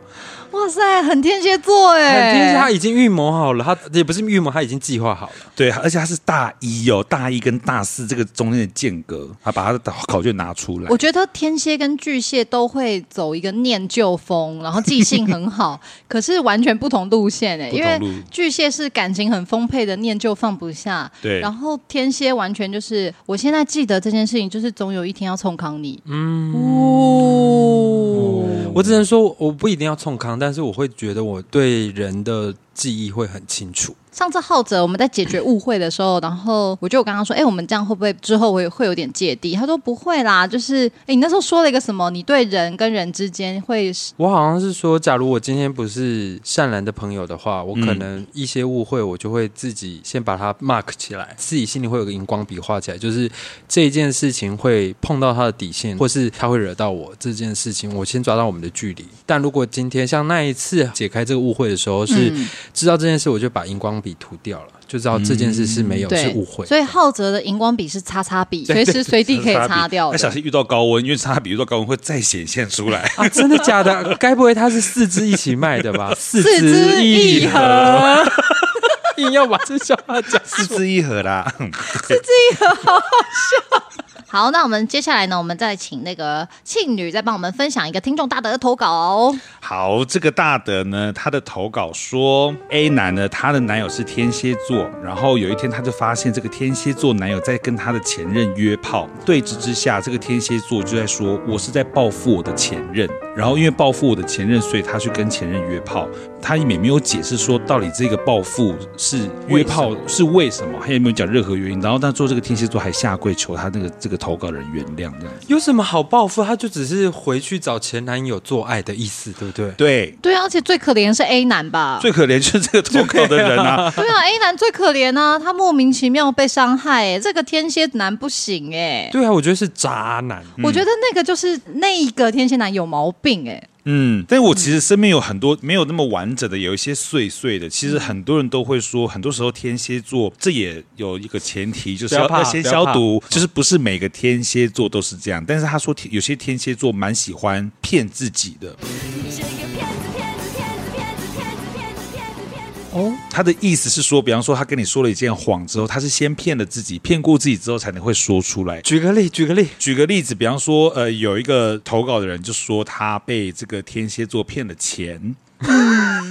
S2: 哇塞，很天蝎座哎，
S3: 很天蝎，他已经预谋好了，他也不是预谋，他已经计划好了。
S4: 对，而且他是大一哦，大一跟大四这个中间的间隔，他把他的考卷拿出来
S2: 我。觉得天蝎跟巨蟹都会走一个念旧风，然后记性很好， 可是完全不同路线哎、
S4: 不
S2: 因
S4: 同
S2: 为
S4: 路
S2: 巨蟹是感情很丰沛的，念旧放不下。
S4: 对
S2: 然后天蝎完全就是，我现在记得这件事情，就是总有一天要冲康你。嗯，哦，
S3: 我只能说，我不一定要冲康，但是我会觉得我对人的记忆会很清楚。
S2: 上次浩哲我们在解决误会的时候，然后我就有跟他说，哎、我们这样会不会之后会会有点芥蒂？他说不会啦，就是哎、你那时候说了一个什么？你对人跟人之间会
S3: 我好像是说，假如我今天不是善良的朋友的话，我可
S2: 嗯
S3: 能一些误会，我就会自己先把它 mark 起来，自己心里会有个荧光笔画起来，就是这件事情会碰到他的底线，或是他会惹到我这件事情，我先抓到我们的距离。但如果今天像那一次解开这个误会的时候，是
S2: 嗯
S3: 知道这件事，我就把荧光笔涂掉了，就知道这件事是没有、
S2: 对
S3: 是误会。
S2: 所以浩哲的荧光笔是擦擦笔，随时随地可以擦掉
S4: 他哎小
S2: 的。
S4: 心遇到高温，因为擦笔遇到高温会再显现出来。
S3: 啊，真的假 的？该不会他是四只一起卖的 吧？四
S2: 四肢一
S3: 合，
S2: 合，
S3: 硬要把这笑话讲
S4: 四字一合啦，
S2: 好，那我们接下来呢，我们再请那个庆女再帮我们分享一个听众大德的投稿哦。
S4: 好，这个大德呢，他的投稿说，A 男呢，她的男友是天蝎座，然后有一天他就发现这个天蝎座男友在跟他的前任约炮，对峙之下，这个天蝎座就在说，我是在报复我的前任，然后因为报复我的前任，所以他去跟前任约炮，他也没有解释说到底这个报复是约炮是为什么，他也没有讲任何原因，然后但做这个天蝎座还下跪求他那个这个投稿人原谅这样子，
S3: 有什么好报复？她就只是回去找前男友做爱的意思，对不对？
S4: 对。
S2: 对啊，而且最可怜是 A 男吧？
S4: 最可怜就是这个投稿的人啊，
S2: 对啊，A 男最可怜啊，他莫名其妙被伤害、哎，这个天蝎男不行哎、
S3: 对啊，我觉得是渣男。
S2: 我觉得那个就是那一个天蝎男有毛病哎、
S4: 嗯，但我其实身边有很多没有那么完整的，有一些碎碎的。其实很多人都会说，很多时候天蝎座这也有一个前提，就是
S3: 不
S4: 要
S3: 要怕
S4: 要先消毒，就是不是每个天蝎座都是这样。但是他说天有些天蝎座蛮喜欢骗自己的，
S5: 是个骗子，骗子，骗子，骗子，骗子，骗子，骗子，骗子。
S2: 哦，
S4: 他的意思是说，比方说他跟你说了一件谎之后，他是先骗了自己，骗过自己之后才能会说出来。
S3: 举个例，举个例，
S4: 举个例子，比方说，呃，有一个投稿的人就说他被这个天蝎座骗了钱，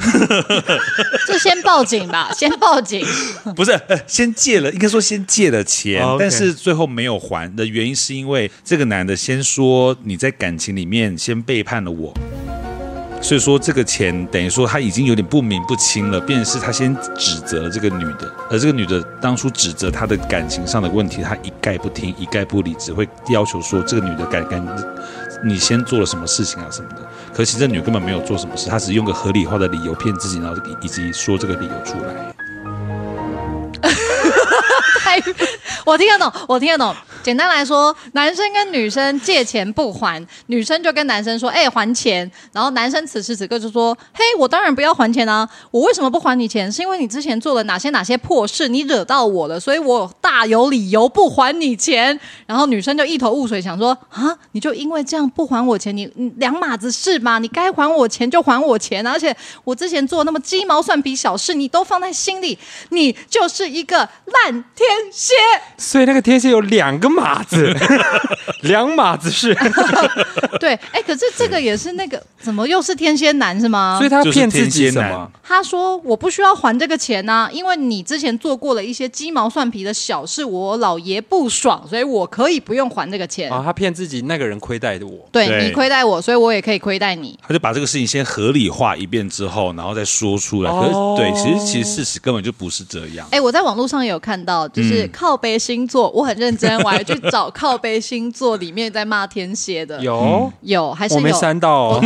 S2: 就先报警吧， 先报警。
S4: 不是，呃先借了，应该说先借了钱，
S3: 哦，OK
S4: 但是最后没有还的原因是因为这个男的先说你在感情里面先背叛了我，所以说这个钱等于说他已经有点不明不清了，便是他先指责了这个女的，而这个女的当初指责他的感情上的问题，他一概不听，一概不理，只会要求说这个女的感感你先做了什么事情啊什么的。可惜这女根本没有做什么事，她只是用个合理化的理由骗自己，然后以以及说这个理由出来。
S2: 太，我听得懂，我听得懂。简单来说，男生跟女生借钱不还，女生就跟男生说：“哎、还钱。”然后男生此时此刻就说：“嘿，我当然不要还钱啊！我为什么不还你钱？是因为你之前做了哪些哪些破事，你惹到我了，所以我大有理由不还你钱。”然后女生就一头雾水，想说：“啊，你就因为这样不还我钱，你你两码子事嘛？你该还我钱就还我钱啊，而且我之前做那么鸡毛蒜皮小事，你都放在心里，你就是一个烂天蝎。”
S3: 所以那个天蝎有两个马 子，两马子是，
S2: 对，哎，可是这个也是那个，怎么又是天蝎男是吗？
S3: 所以他
S4: 就是
S3: 骗自己
S4: 天蝎
S3: 什
S4: 男
S3: 么？
S2: 他说我不需要还这个钱呐、因为你之前做过了一些鸡毛蒜皮的小事，我老爷不爽，所以我可以不用还这个钱。
S3: 啊，他骗自己那个人亏待的我。
S2: 对
S4: 对
S2: 你亏待我，所以我也可以亏待你。
S4: 他就把这个事情先合理化一遍之后，然后再说出来。可是，
S3: 哦
S4: 对，其实其实事实根本就不是这样。
S2: 哎，我在网络上有看到，就是
S3: 嗯
S2: 靠背星座，我很认真，我还去找靠背星座里面在骂天蝎的，
S3: 嗯有，
S2: 有还是
S3: 我
S2: 有？
S3: 没删到哦，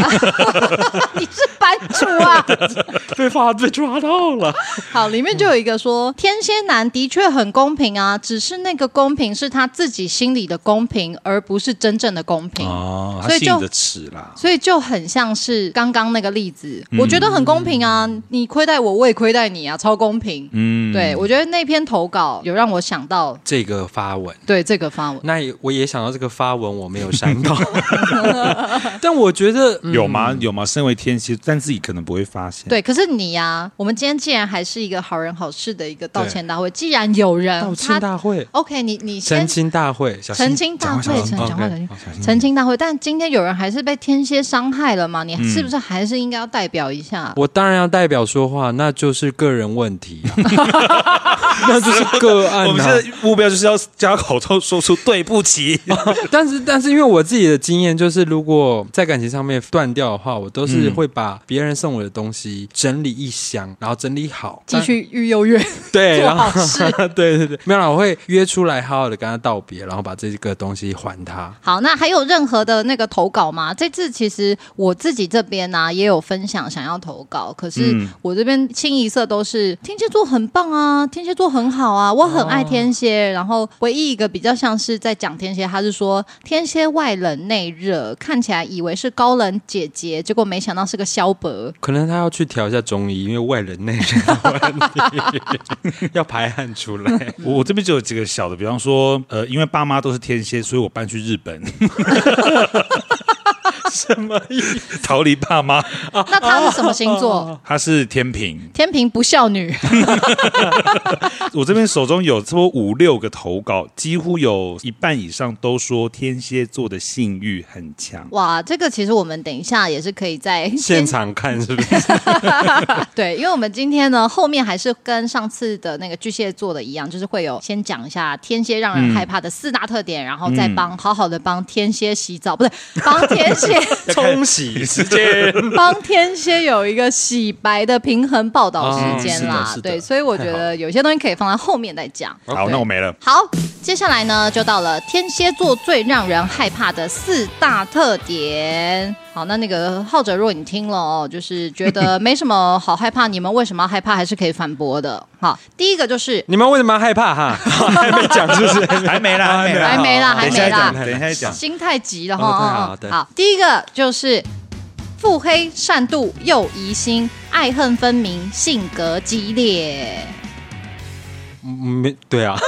S2: 你是版主啊？
S3: 被发被抓到了。
S2: 好，里面就有一个说，天蝎男的确很公平啊，只是那个公平是他自己心里的公平，而不是真正的公平。
S4: 哦，他
S2: 哎所以
S4: 信
S2: 就
S4: 着尺啦。
S2: 所以就很像是刚刚那个例子，我觉得很公平啊，
S3: 嗯
S2: 你亏待我，我也亏待你啊，超公平。
S4: 嗯，
S2: 对，我觉得那篇投稿有让我想到
S3: 这个发文，
S2: 对这个发文，
S3: 那也我也想到这个发文，我没有删到， 但我觉得、嗯
S4: 有吗？有吗？身为天蝎，但自己可能不会发现。
S2: 对，可是你呀、我们今天既然还是一个好人好事的一个道歉大会，既然有人
S3: 道
S2: 嗯
S3: 歉
S2: 他
S3: 大会、
S2: ，OK，你你先
S3: 澄清大会、小心
S2: 澄清大会，澄讲话澄清澄清大会，但今天有人还是被天蝎伤害了嘛？你是不是还是应该要代表一下？
S3: 嗯我当然要代表说话，那就是个人问题、啊， 那就是个案、啊。
S4: 我哦
S2: 嗯
S4: 们现在目标就是要加口头说出对不 起。
S3: 但是，但是因为我自己的经验就是，如果在感情上面断掉的话，我都是
S4: 嗯
S3: 会把别人送我的东西整理一箱，然后整理好，
S2: 继续育幼院
S3: 但对，
S2: 做
S3: 然
S2: 好
S3: 后
S2: 事。啊
S3: 对对对，没有啦，我会约出来好好的跟他道别，然后把这个东西还他。
S2: 好，那还有任何的那个投稿吗？这次其实我自己这边呢、也有分享想要投稿，可是
S4: 嗯
S2: 我这边清一色都是天蝎座很棒啊，天蝎座很好啊，我很爱天蝎。然后唯一一个比较像是在讲天蝎，他是说天蝎外冷内热，看起来以为是高冷姐姐，结果没想到是个萧伯。
S3: 可能他要去调一下中医，因为外人内人的问题 要排汗出来。
S4: 我我这边就有几个小的，比方说，呃，因为爸妈都是天蝎，所以我搬去日本，
S3: 什么意思？
S4: 逃离爸妈。
S2: 那他是什么 星座？
S4: 他是天平，
S2: 天平不孝女，
S4: 我这边手中有差不多五六个投稿，几乎有一半以上都说天蝎座的性欲很强。
S2: 哇，这个其实我们等一下也是可以在
S3: 现场看是不是？
S2: 对，因为我们今天呢，后面还是跟上次的那个巨蟹座的一样，就是会有先讲一下天蝎让人害怕的四大特点，然后再帮、嗯好好的帮天蝎洗澡，不是 帮天蝎
S3: 冲洗时间。
S2: 帮天蝎有一个洗白的平衡报道时间啦。
S3: 嗯是的是的
S2: 对，所以我觉
S3: 太好
S2: 得有些东西可以放在后面再讲。
S4: 好，那我没了。
S2: 好，接下来呢，就到了天蝎座最让人害怕的四大特点。好，那那个浩哲，如果你听了哦，就是觉得没什么好害怕，你们为什么要害怕，还是可以反驳的。好，第一个就是
S3: 你们为什么害怕哈？ 还没讲是不是？
S4: 还没啦，还没啦，
S2: 还没啦，还
S4: 等一下
S2: 没
S4: 再
S2: 啦
S4: 讲，，等一下再 讲。
S2: 心太急了哈、
S3: 哦太好
S2: 嗯
S3: 了
S2: 嗯
S3: 对
S2: 好，第一个就是腹黑、善妒、又疑心、爱恨分明、性格激 烈。
S3: 嗯没对啊，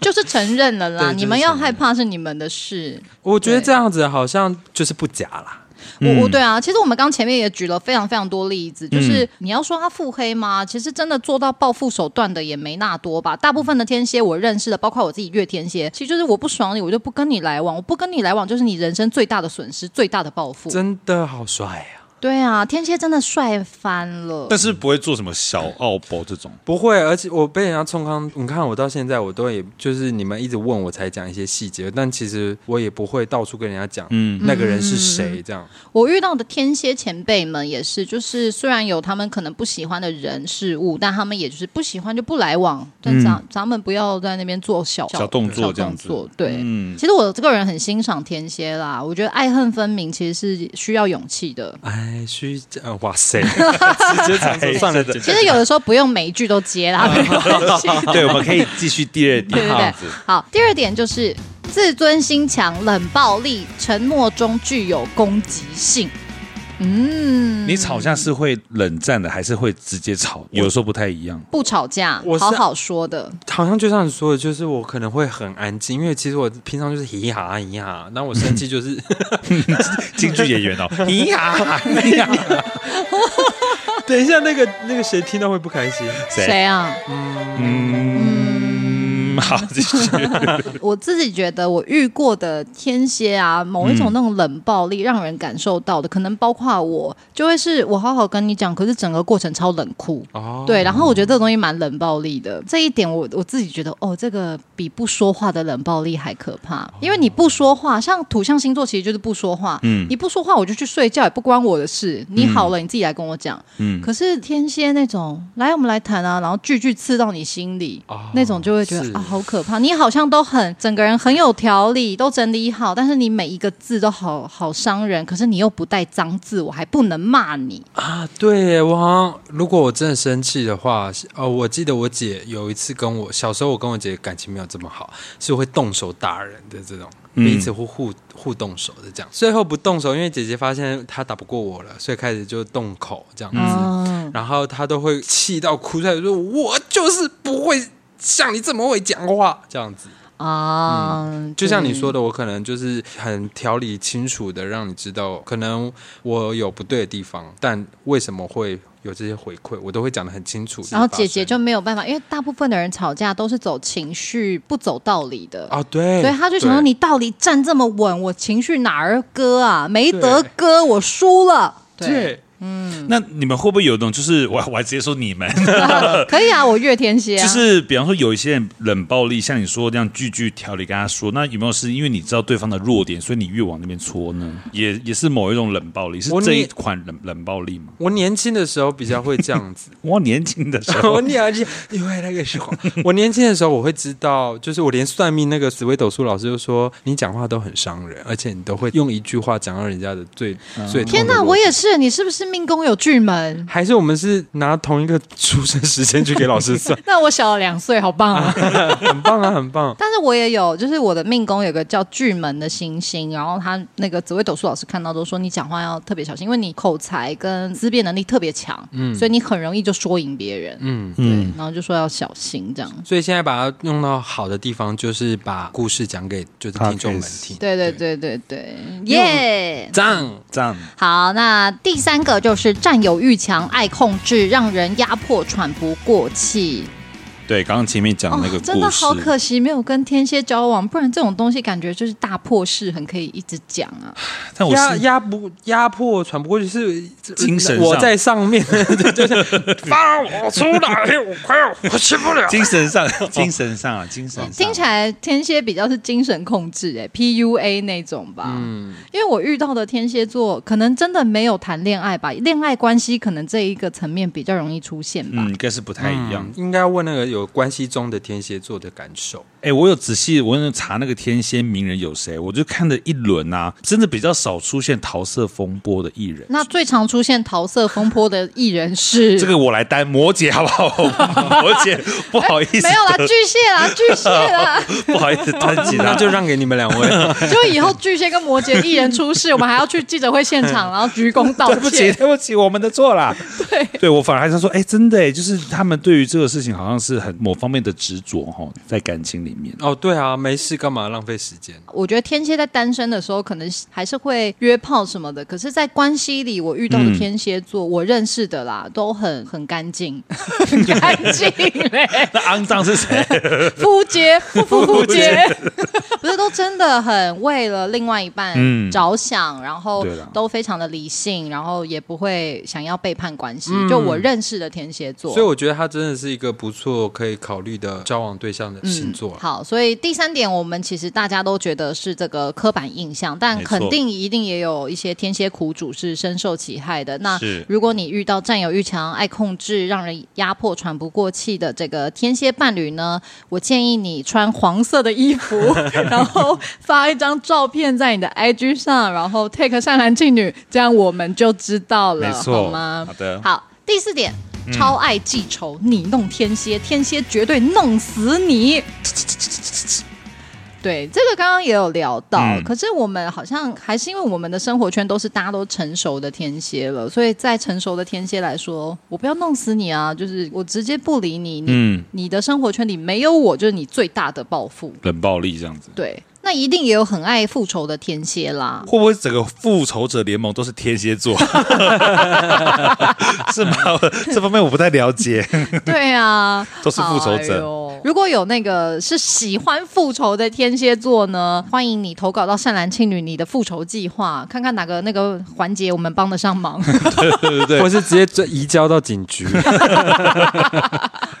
S2: 就是承认了啦，
S3: 对
S2: 你们要
S3: 就是承
S2: 害
S3: 认
S2: 怕是你们的事。
S3: 我觉得这样子好像就是不假啦。
S2: 我我对啊，其实我们刚前面也举了非常非常多例子，就是你要说他腹黑吗？其实真的做到报复手段的也没那多吧。大部分的天蝎我认识的，包括我自己月天蝎，其实就是我不爽你，我就不跟你来往，我不跟你来往就是你人生最大的损失，最大的报复。
S3: 真的好帅呀、
S2: 对啊，天蝎真的帅翻了。
S4: 但是不会做什么小奥博这种，
S3: 不会，而且我被人家冲康，你看我到现在我都也就是你们一直问我才讲一些细节，但其实我也不会到处跟人家讲，嗯，那个人是谁这样。
S2: 我遇到的天蝎前辈们也是，就是虽然有他们可能不喜欢的人事物，但他们也就是不喜欢就不来往。但咱、咱们不要在那边做小
S4: 嗯小动作
S2: 小
S4: 这样子嗯
S2: 动作对，其实我这个人很欣赏天蝎啦，我觉得爱恨分明其实是需要勇 气的。
S3: 哎，虚假，呃哇塞， 直接唱出算了，
S2: 其实有的时候不用每一句都接啦，没关系。
S4: 对，我们可以继续第二
S2: 对
S4: 点啊
S2: 对
S3: 嗯
S4: 这
S2: 对
S4: 样子。，
S2: 好，第二点就是自尊心强、冷暴力、沉默中具有攻击性。嗯，
S4: 你吵架是会冷战的，还是会直接吵？有时候不太一
S3: 嗯
S4: 样。
S2: 不吵架
S3: 我，是
S2: 好好说的。
S3: 好像就像你说的，就是我可能会很安静，因为其实我平常就是嘻哈嘻哈，那我生气 就是
S4: 京剧演 员哦，咦呀，
S3: 等一下，那个那个谁听到会不开心？
S4: 谁？
S2: 谁啊？
S4: 嗯，好，继续。
S2: 我自己觉得我遇过的天蝎啊，某一种那种冷暴力，让人感受到的，可能包括我，就会是我好好跟你讲，可是整个过程超冷酷。
S3: 哦，
S2: 对，然后我觉得这个东西蛮冷暴力的，这一点我我自己觉得，哦，这个比不说话的冷暴力还可
S3: 哦
S2: 怕，因为你不说话，像土象星座其实就是不说话，嗯，你不说话我就去睡觉，也不关我的事，
S3: 嗯
S2: 你好了你自己来跟我讲，嗯，可是天蝎那种，来我们来谈啊，然后句句刺到你心里，
S3: 哦
S2: 那种就会觉得
S3: 是
S2: 啊好可怕，你好像都很整个人很有条理，都整理好，但是你每一个字都好好伤人，可是你又不带脏字，我还不能骂你，
S3: 啊，对耶，我好像如果我真的生气的话，哦，我记得我姐有一次跟我，小时候我跟我姐感情没有这么好，是会动手打人的这种，彼此互互互动手的这样。最后不动手，因为姐姐发现她打不过我了，所以开始就动口这样子，
S2: 嗯。
S3: 然后她都会气到哭出来，说我就是不会。像你这么会讲话，这样子，
S2: 啊、
S3: 嗯就像你说的，我可能就是很条理清楚的让你知道，可能我有不对的地方，但为什么会有这些回馈，我都会讲的很清楚。
S2: 然后姐姐就没有办法，因为大部分的人吵架都是走情绪，不走道理的。
S3: 啊，对，
S2: 所以他就想说：“
S3: 对
S2: 你道理站这么稳，我情绪哪儿割啊？没得割，我输了。”
S3: 对，
S4: 那你们会不会有一种就是我我还直接说你们，
S2: 对， 可以啊，我月天蝎啊，
S4: 就是比方说有一些人冷暴力，像你说那样句句条理跟他说，那有没有是因为你知道对方的弱点，所以你越往那边戳呢？也也是某一种冷暴力，是
S2: 哦
S3: 我
S4: 这一
S3: 你
S4: 款冷冷暴力吗？
S3: 我年轻的时候比较会这 样子，
S4: 我年轻的时
S3: 我
S4: 候，
S3: 年轻，因为那个时候，我年轻的时候，我会知道，就是我连算命那个紫微斗数老师就说，你讲话都很伤人，而且你都会用一句话讲到人家的最、最。
S2: 嗯天
S3: 哪，
S2: 哪，我也是，你是不是命宫有巨门？，
S3: 还是我们是拿同一个出生时间去给老师算
S2: 那我小了两岁，好棒啊！
S3: 很棒啊，很棒。
S2: 但是我也有，就是我的命宫有个叫巨门的星星，然后他那个紫微斗数老师看到都说你讲话要特别小心，因为你口才跟思辨能力特别强，
S4: 嗯
S2: 所以你很容易就说赢别人，
S3: 嗯
S2: 对，然后就说要小心这样。
S3: 所以现在把它用到好的地方，就是把故事讲给就是听众们听。
S2: 对对对对对，耶、
S3: 这样
S4: 这 样
S2: 好，那第三个就是占有欲强，爱控制，让人压迫，喘不过气。
S4: 对，刚刚前面讲哦那个故事，
S2: 哦真的好可惜，没有跟天蝎交往，不然这种东西感觉就是大破事，很可以一直讲啊。
S4: 但我
S3: 压
S4: 是
S3: 压不压迫喘不过去是
S4: 精神上
S3: 我在上 面，
S4: 精神 上，精神上啊，精神上
S2: 哦听起来天蝎比较是精神控制、哎，PUA 那种吧。嗯，因为我遇到的天蝎座，可能真的没有谈恋爱吧，恋爱关系可能这一个层面比较容易出现吧。
S4: 嗯，应该是不太一样。
S2: 嗯
S3: 应该问那个有关系中的天蝎座的感受。
S4: 哎、我有仔细，我有查那个天蝎名人有谁，我就看了一轮啊，真的比较少出现桃色风波的艺人。
S2: 那最常出现桃色风波的艺人 是
S4: 这个我来担摩羯好不 好？摩羯不好意思
S2: 没有啦，
S4: 得，
S2: 巨蟹 啦，巨蟹啦，
S4: 不好意思担起
S3: 那
S4: 他，
S3: 就让给你们两位，
S2: 就以后巨蟹跟摩羯艺人出事，我们还要去记者会现场，然后鞠躬道
S4: 对不起，
S2: 歉。
S4: 对不起，我们的错啦。
S2: 对，
S4: 对我反而还是说，哎、真的、哎，就是他们对于这个事情好像是很某方面的执着哈，在感情里面。
S3: 哦，对啊，没事干嘛浪费时间？
S2: 我觉得天蝎在单身的时候，可能还是会约炮什么的，可是，在关系里，我遇到的天蝎座，我认识的啦，都很很干净，很干净欸嘞、
S4: 那肮脏是谁？
S2: 夫杰，夫夫夫杰，不是都真的很为了另外一半
S4: 嗯
S2: 着想，然后
S4: 对啦
S2: 都非常的理性，然后也不会想要背叛关系。就我认识的天蝎座，
S3: 所以我觉得他真的是一个不错可以考虑的交往对象的星座啊。
S2: 嗯好，所以第三点，我们其实大家都觉得是这个刻板印象，但
S4: 没错
S2: 肯定一定也有一些天蝎苦主是深受其害的。那
S4: 是
S2: 如果你遇到占有欲强、爱控制、让人压迫、喘不过气的这个天蝎伴侣呢，我建议你穿黄色的衣服， 然后发一张照片在你的 IG 上，然后 take 善男信女，这样我们就知道了，
S4: 没错
S2: 好吗？
S4: 好的嗯
S2: 好，第四点。超爱记仇，你弄天蝎，天蝎绝对弄死你。 对，这个刚刚也有聊到，
S4: 嗯
S2: 可是我们好像还是因为我们的生活圈都是大家都成熟的天蝎了，所以在成熟的天蝎来说，我不要弄死你啊，就是我直接不理你，你、
S4: 嗯，
S2: 你的生活圈里没有我，就是你最大的报复。
S4: 冷暴力这样子。
S2: 对，那一定也有很爱复仇的天蝎 啦。
S4: 会不会整个复仇者联盟都是天蝎 座？是吗？这方面我不太了 解。
S2: 对啊，
S4: 都是复仇者
S2: 哎呦如果有那个是喜欢复仇的天蝎座呢，欢迎你投稿到善男信女你的复仇计划，看看哪个那个环节我们帮得 上忙。
S3: 或是直接就移交到警 局。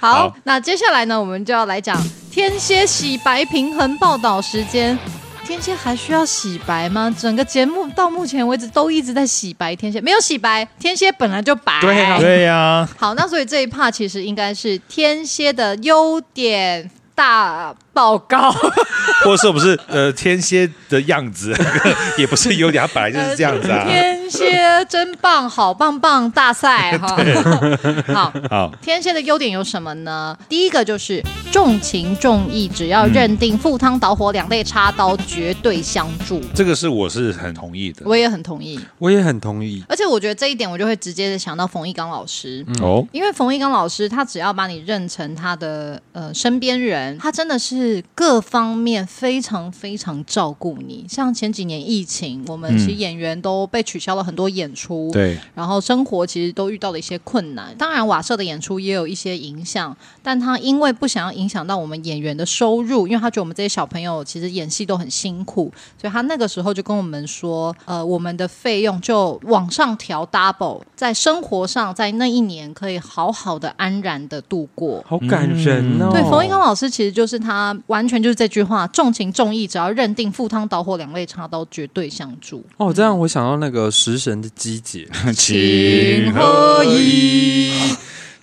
S2: 好，
S4: 好
S2: 那接下来呢，我们就要来讲天蝎洗白平衡报道时间。天蝎还需要洗白吗？整个节目到目前为止都一直在洗白天蝎，没有洗白，天蝎本来就白。
S3: 对啊
S4: 对呀、
S2: 好，那所以这一趴其实应该是天蝎的优点大报告。
S4: 或者说不是呃天蝎的样子， 也不是优点，它本来就是这样子啊。
S2: 天蝎真棒，好棒棒 大赛哈。好，
S4: 好，
S2: 天蝎的优点有什么呢？第一个就是重情重义，只要认定赴汤蹈火两肋插刀，绝对相助。
S4: 这个是我是很同意的
S2: 我也很同意，
S3: 我也很同意。
S2: 而且我觉得这一点，我就会直接的想到冯一刚老师。
S4: 哦。
S2: 因为冯一刚老师，他只要把你认成他的呃身边人，他真的是各方面非常非常照顾你。像前几年疫情，我们其实演员都被取消了很多演出，
S4: 对，
S2: 然后生活其实都遇到了一些困难。当然，瓦舍的演出也有一些影响，但他因为不想要影响到我们演员的收入，因为他觉得我们这些小朋友其实演戏都很辛苦，所以他那个时候就跟我们说，呃，我们的费用就往上调 double，在生活上在那一年可以好好的安然的度过。
S3: 好感人哦！
S2: 对，冯一刚老师其实就是他，完全就是这句话，重情重义，只要认定赴汤蹈火两肋插刀，绝对相助。
S3: 哦，这让我想到那个食神的鸡 姐，
S2: 情何以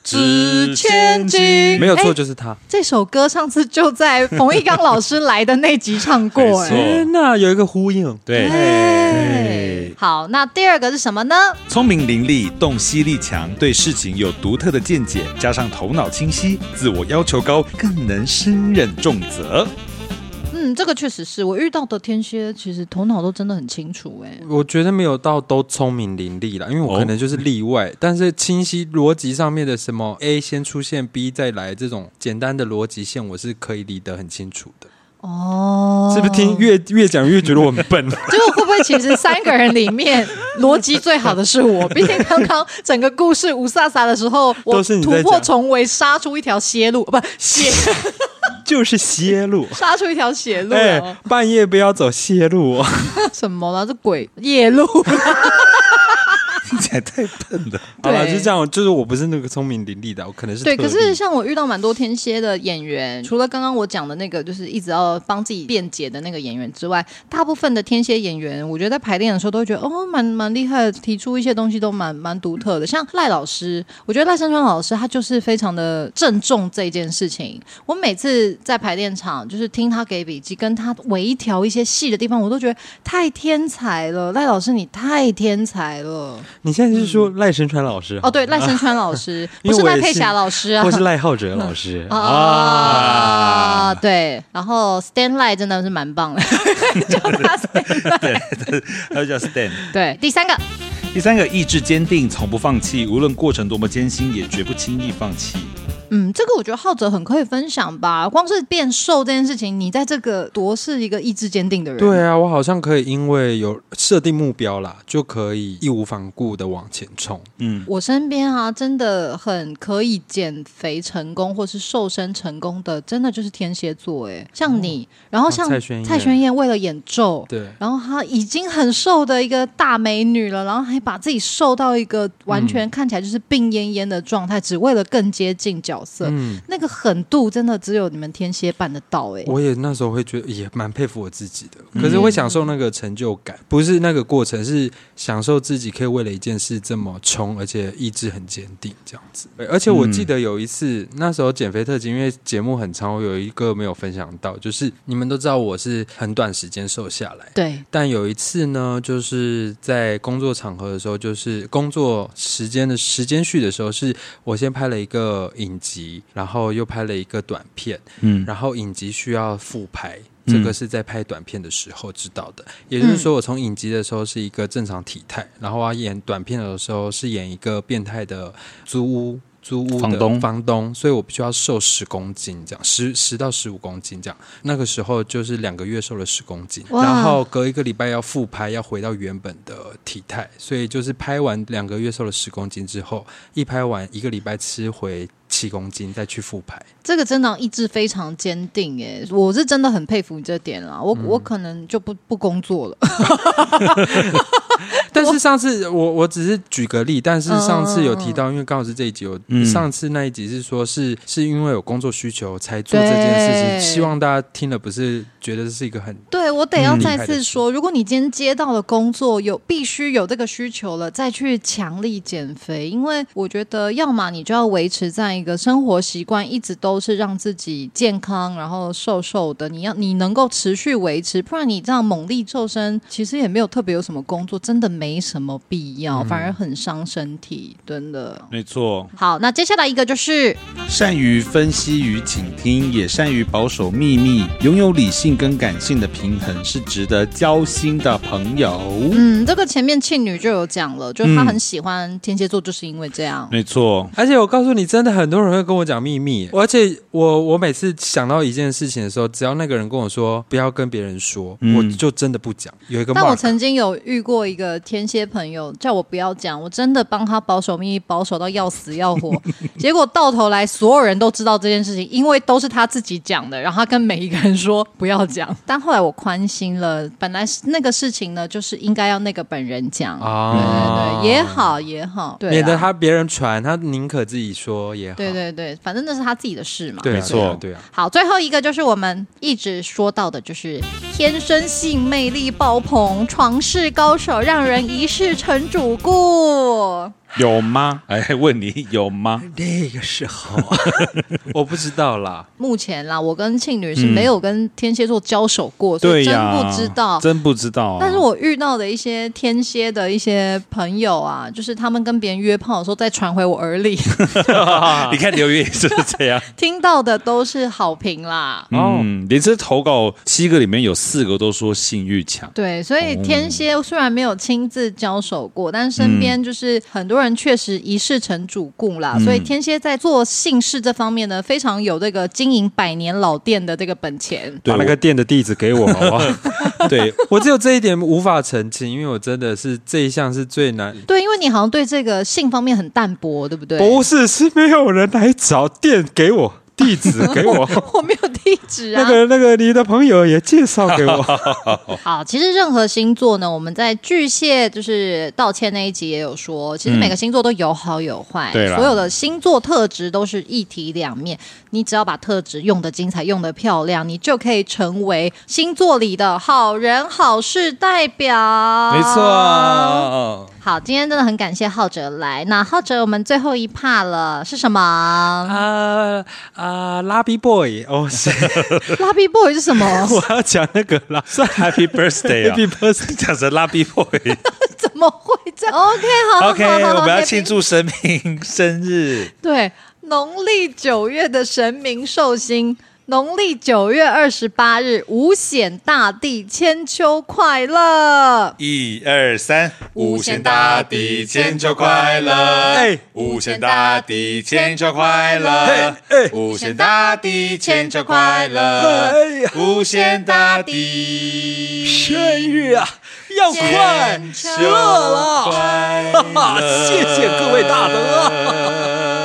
S1: 之
S2: 千金哎
S3: 没有错，就是他。
S2: 这首歌上次就在冯一刚老师来的那集唱过、
S1: 没错
S2: 哎，
S3: 天哪，有一个呼应，
S1: 对，
S2: 对，好，那第二个是什么呢？
S1: 聪明伶俐，洞悉力强，对事情有独特的见解，加上头脑清晰，自我要求高，更能胜任重责。
S2: 嗯，这个确实是我遇到的天蝎，其实头脑都真的很清楚、哎，
S3: 我觉得没有到都聪明伶俐啦，因为我
S1: 哦
S3: 可能就是例外。但是清晰逻辑上面的什么 A 先出现，B 再来这种简单的逻辑线，我是可以理得很清楚的。
S2: 哦，
S3: 是不是听？越越讲越觉得我很笨？
S2: 结果会不会其实三个人里面逻辑最好的是我？毕竟刚刚整个故事无萨萨的时候，我
S3: 都是你在
S2: 突破
S3: 讲
S2: 重围，杀出一条血路，不血，。
S3: 就是泄露
S2: 杀出一条血路、
S3: 哎、
S2: 哦
S3: 半夜不要走泄露哦！
S2: 什么啦？这鬼夜路。
S1: 听起来太笨了。
S3: 好了，
S2: 对
S3: 就这样，就是我不是那个聪明伶俐的，我可能 是
S2: 对，嗯
S3: 特
S2: 可
S3: 例
S2: 是嗯像我遇到蛮多天蝎的演员，除了刚刚我讲的那个，就是一直要帮自己辩解的那个演员之外，大部分的天蝎演员，我觉得在排练的时候都会觉得哦，蛮蛮厉害的，提出一些东西都蛮蛮独特的。像赖老师，我觉得赖声川老师他就是非常的郑重这件事情。我每次在排练场，就是听他给笔记，跟他微调一些细的地方，我都觉得太天才了，赖老师你太天才了。
S3: 你现在是说赖声川老师
S2: 哦，对，赖声川老 师，
S3: 因
S2: 不
S3: 为
S2: 是
S3: 我
S2: 赖
S3: 也
S2: 佩
S3: 是
S2: 霞老师啊，
S3: 或是 赖浩哲老师
S2: 啊，对，然后 Stanley 真的是蛮棒的， 叫 他 Stanley。
S1: 还有叫 Stan。
S2: 对，第三个，
S1: 第三个，意志坚定，从不放弃，无论过程多么艰辛，也绝不轻易放弃。
S2: 嗯，这个我觉得浩哲很可以分享吧。光是变瘦这件事情，你在这个多是一个意志坚定的人。
S3: 对啊，我好像可以因为有设定目标啦，就可以义无反顾的往前冲。
S1: 嗯，
S2: 我身边啊，真的很可以减肥成功或是瘦身成功的，真的就是天蝎座哎，像你，然后像
S3: 哦蔡宣燕
S2: 蔡宣燕为了演咒，
S3: 对，
S2: 然后她已经很瘦的一个大美女了，然后还把自己瘦到一个完
S3: 嗯
S2: 全看起来就是病恹恹的状态，只为了更接近角色。
S3: 嗯，
S2: 那个狠度真的只有你们天蝎办得到哎、
S3: 我也那时候会觉得也蛮佩服我自己的，可是会享受那个成就感，不是那个过程，是享受自己可以为了一件事这么冲，而且意志很坚定这样子。对而且我记得有一次，那时候减肥特辑，因为节目很长，我有一个没有分享到，就是你们都知道我是很短时间瘦下来。
S2: 对，
S3: 但有一次呢，就是在工作场合的时候，就是工作时间的时间序的时候，是我先拍了一个影集，然后又拍了一个短片，
S1: 嗯
S3: 嗯，然后影集需要复拍。
S1: 嗯
S3: 这个是在拍短片的时候知道的，也就是说，我从影集的时候是一个正常体态，然后我要演短片的时候是演一个变态的租屋租屋的
S1: 房东
S3: 房东，所以我必须要瘦十公斤这样，十十到十五公斤这样。那个时候就是两个月瘦了十公斤，
S2: 哇
S3: 然后隔一个礼拜要复拍，要回到原本的体态，所以就是拍完两个月瘦了十公斤之后，一拍完一个礼拜吃回七公斤，再去复拍。
S2: 这个真的意志非常坚定哎、我是真的很佩服你这点啦。
S3: 嗯
S2: 我、我可能就不不工作了，
S3: 但是上次我我只是举个例，但是
S2: 嗯
S3: 上次有提到，因为刚好是这一集，有、
S1: 嗯
S3: 上次那一集是说是是因为有工作需求才做这件事
S2: 对
S3: 情，希望大家听了不是觉得这是一个很
S2: 对我得要
S3: 嗯
S2: 再次说，如果你今天接到了工作，有必须有这个需求了，再去强力减肥，因为我觉得，要么你就要维持在一个生活习惯，一直都是让自己健康，然后瘦瘦的，你要你能够持续维持，不然你这样猛力瘦身，其实也没有特别有什么工作，真真的没什么必要，反而很伤身体，真的。
S1: 没错，
S2: 好，那接下来一个就是
S4: 善于分析与倾听，也善于保守秘密，拥有理性跟感性的平衡，是值得交心的朋友。
S2: 嗯，这个前面庆女就有讲了，就是她很喜欢天蝎座，就是因为这样。
S1: 没错，
S3: 而且我告诉你，真的很多人会跟我讲秘密，而且我我每次想到一件事情的时候，只要那个人跟我说不要跟别人说，
S1: 嗯
S3: 我就真的不讲。有一个
S2: 但我
S3: mark，
S2: 曾经有遇过一个天蝎朋友，叫我不要讲，我真的帮他保守秘密，保守到要死要 活。结果到头来，所有人都知道这件事情，因为都是他自己讲的，然后他跟每一个人说不要讲。 但后来我宽心了，本来是那个事情呢，就是应该要那个本人讲
S3: 啊
S2: 对对对，也好也好，对啊，
S3: 免得他别人传，他宁可自己说也好。
S2: 对对对，反正那是他自己的事嘛。
S3: 对啊，
S1: 没错
S3: 对啊。
S2: 好，最后一个就是我们一直说到的，就是天生性魅力爆棚，床事高手，让人一世成主顾。
S1: 有吗？哎，问你有吗？
S3: 那个时候 我不知道啦，
S2: 目前啦，我跟庆女是没有跟天蝎座交手过，所
S1: 对
S2: 以真
S1: 呀，
S2: 不知道。
S1: 真不知道啊。
S2: 但是我遇到的一些天蝎的一些朋友啊，就是他们跟别人约炮的时候再传回我耳里，
S1: 你看刘也就是这样，
S2: 听到的都是好评啦。
S3: 哦
S1: 嗯，连这投稿七个里面有四个都说性欲强，
S2: 对，所
S3: 哦
S2: 以天蝎虽然没有亲自交手过，但身
S3: 嗯
S2: 边就是很多人确实一世成主顾啦，所以天蝎在做姓氏这方面呢，非常有这个经营百年老店的这个本钱。
S3: 把
S1: 对
S3: 那个店的地址给我好不好？
S1: 对，
S3: 我只有这一点无法澄清，因为我真的是这一项是最难。
S2: 对，因为你好像对这个性方面很淡薄，对不对？
S3: 不是，是没有人来找店给我地址给 我。
S2: 我没有地址啊。
S3: 那个那个，你的朋友也介绍给我。
S2: 好，其实任何星座呢，我们在巨蟹就是道歉那一集也有说，其实每个星座都有好有坏，
S4: 对啦
S2: 所有的星座特质都是一体两面。你只要把特质用的精彩、用的漂亮，你就可以成为星座里的好人好事代表。
S1: 没
S3: 啊
S1: 错。
S2: 好，今天真的很感谢浩哲来。那浩哲，我们最后一趴了是什 么？
S3: 啊啊，拉比 boy，哦， 是
S2: 蜡笔 boy 是什么？
S3: 我要讲那个啦，算
S1: Happy birthday 啊
S3: Happy birthday
S1: 讲成拉比 boy。
S2: 怎么会这样？OK，好好
S1: OK，
S2: 好好好
S1: 我们要
S2: happy
S1: 庆祝神明生日。
S2: 对，农历九月的神明寿星，农历九月二十八日，五显大帝千秋快乐。
S1: 一二三，
S2: 五仙大帝千秋
S1: 快乐！
S3: 哎
S1: 五
S2: 仙大帝千秋快乐
S3: 哎
S1: 五
S2: 仙大帝千秋快乐！
S1: 五仙大帝
S3: 生日啊，要快
S2: 千秋
S3: 乐了，哈哈，谢谢各位大德。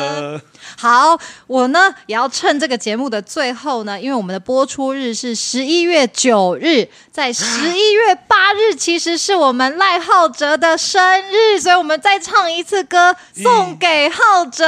S2: 好，我呢也要趁这个节目的最后呢，因为我们的播出日是十一月九日，在十 一月八日其实是我们赖浩哲的生日，所以我们再唱一次歌送给浩哲，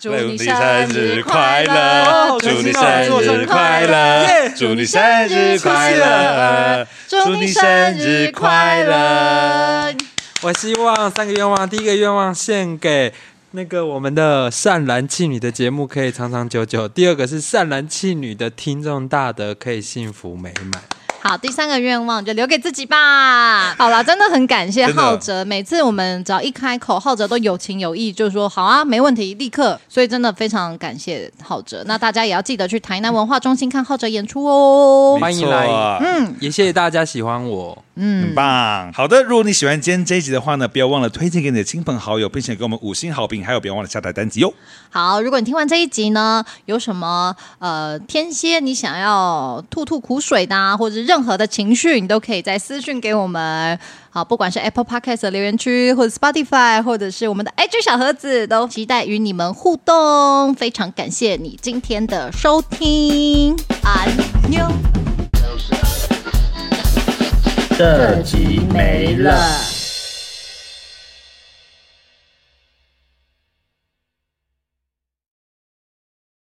S2: 祝你生日快乐，
S1: 祝你
S3: 生日
S1: 快乐，祝你生日快乐，
S2: 祝你啊生日快乐。
S3: 我希望三个愿望，第一个愿望献给。那个我们的善男信女的节目可以长长久久。第二个是善男信女的听众大德可以幸福美满。
S2: 好，第三个愿望就留给自己 吧。好啦，真的很感谢
S1: 真的
S2: 浩哲，每次我们只要一开口，浩哲都有情有义，就说好啊，没问题，立刻。所以真的非常感谢浩哲。那大家也要记得去台南文化中心看浩哲演出哦。
S3: 欢迎
S1: 没错
S3: 来，嗯，也谢谢大家喜欢我。
S1: 很棒。好的，如果你喜欢今天这一集的话呢，不要忘了推荐给你的亲朋好友，并且给我们五星好评，还有不要忘了下载单集哦。
S2: 好，如果你听完这一集呢，有什么呃天蝎你想要吐吐苦水的、啊，或者是任何的情绪，你都可以在私讯给我们。好，不管是 Apple Podcast 的留言区，或者 Spotify，或者是我们的 IG 小盒子，都期待与你们互动。非常感谢你今天的收听，安妞，这集没了。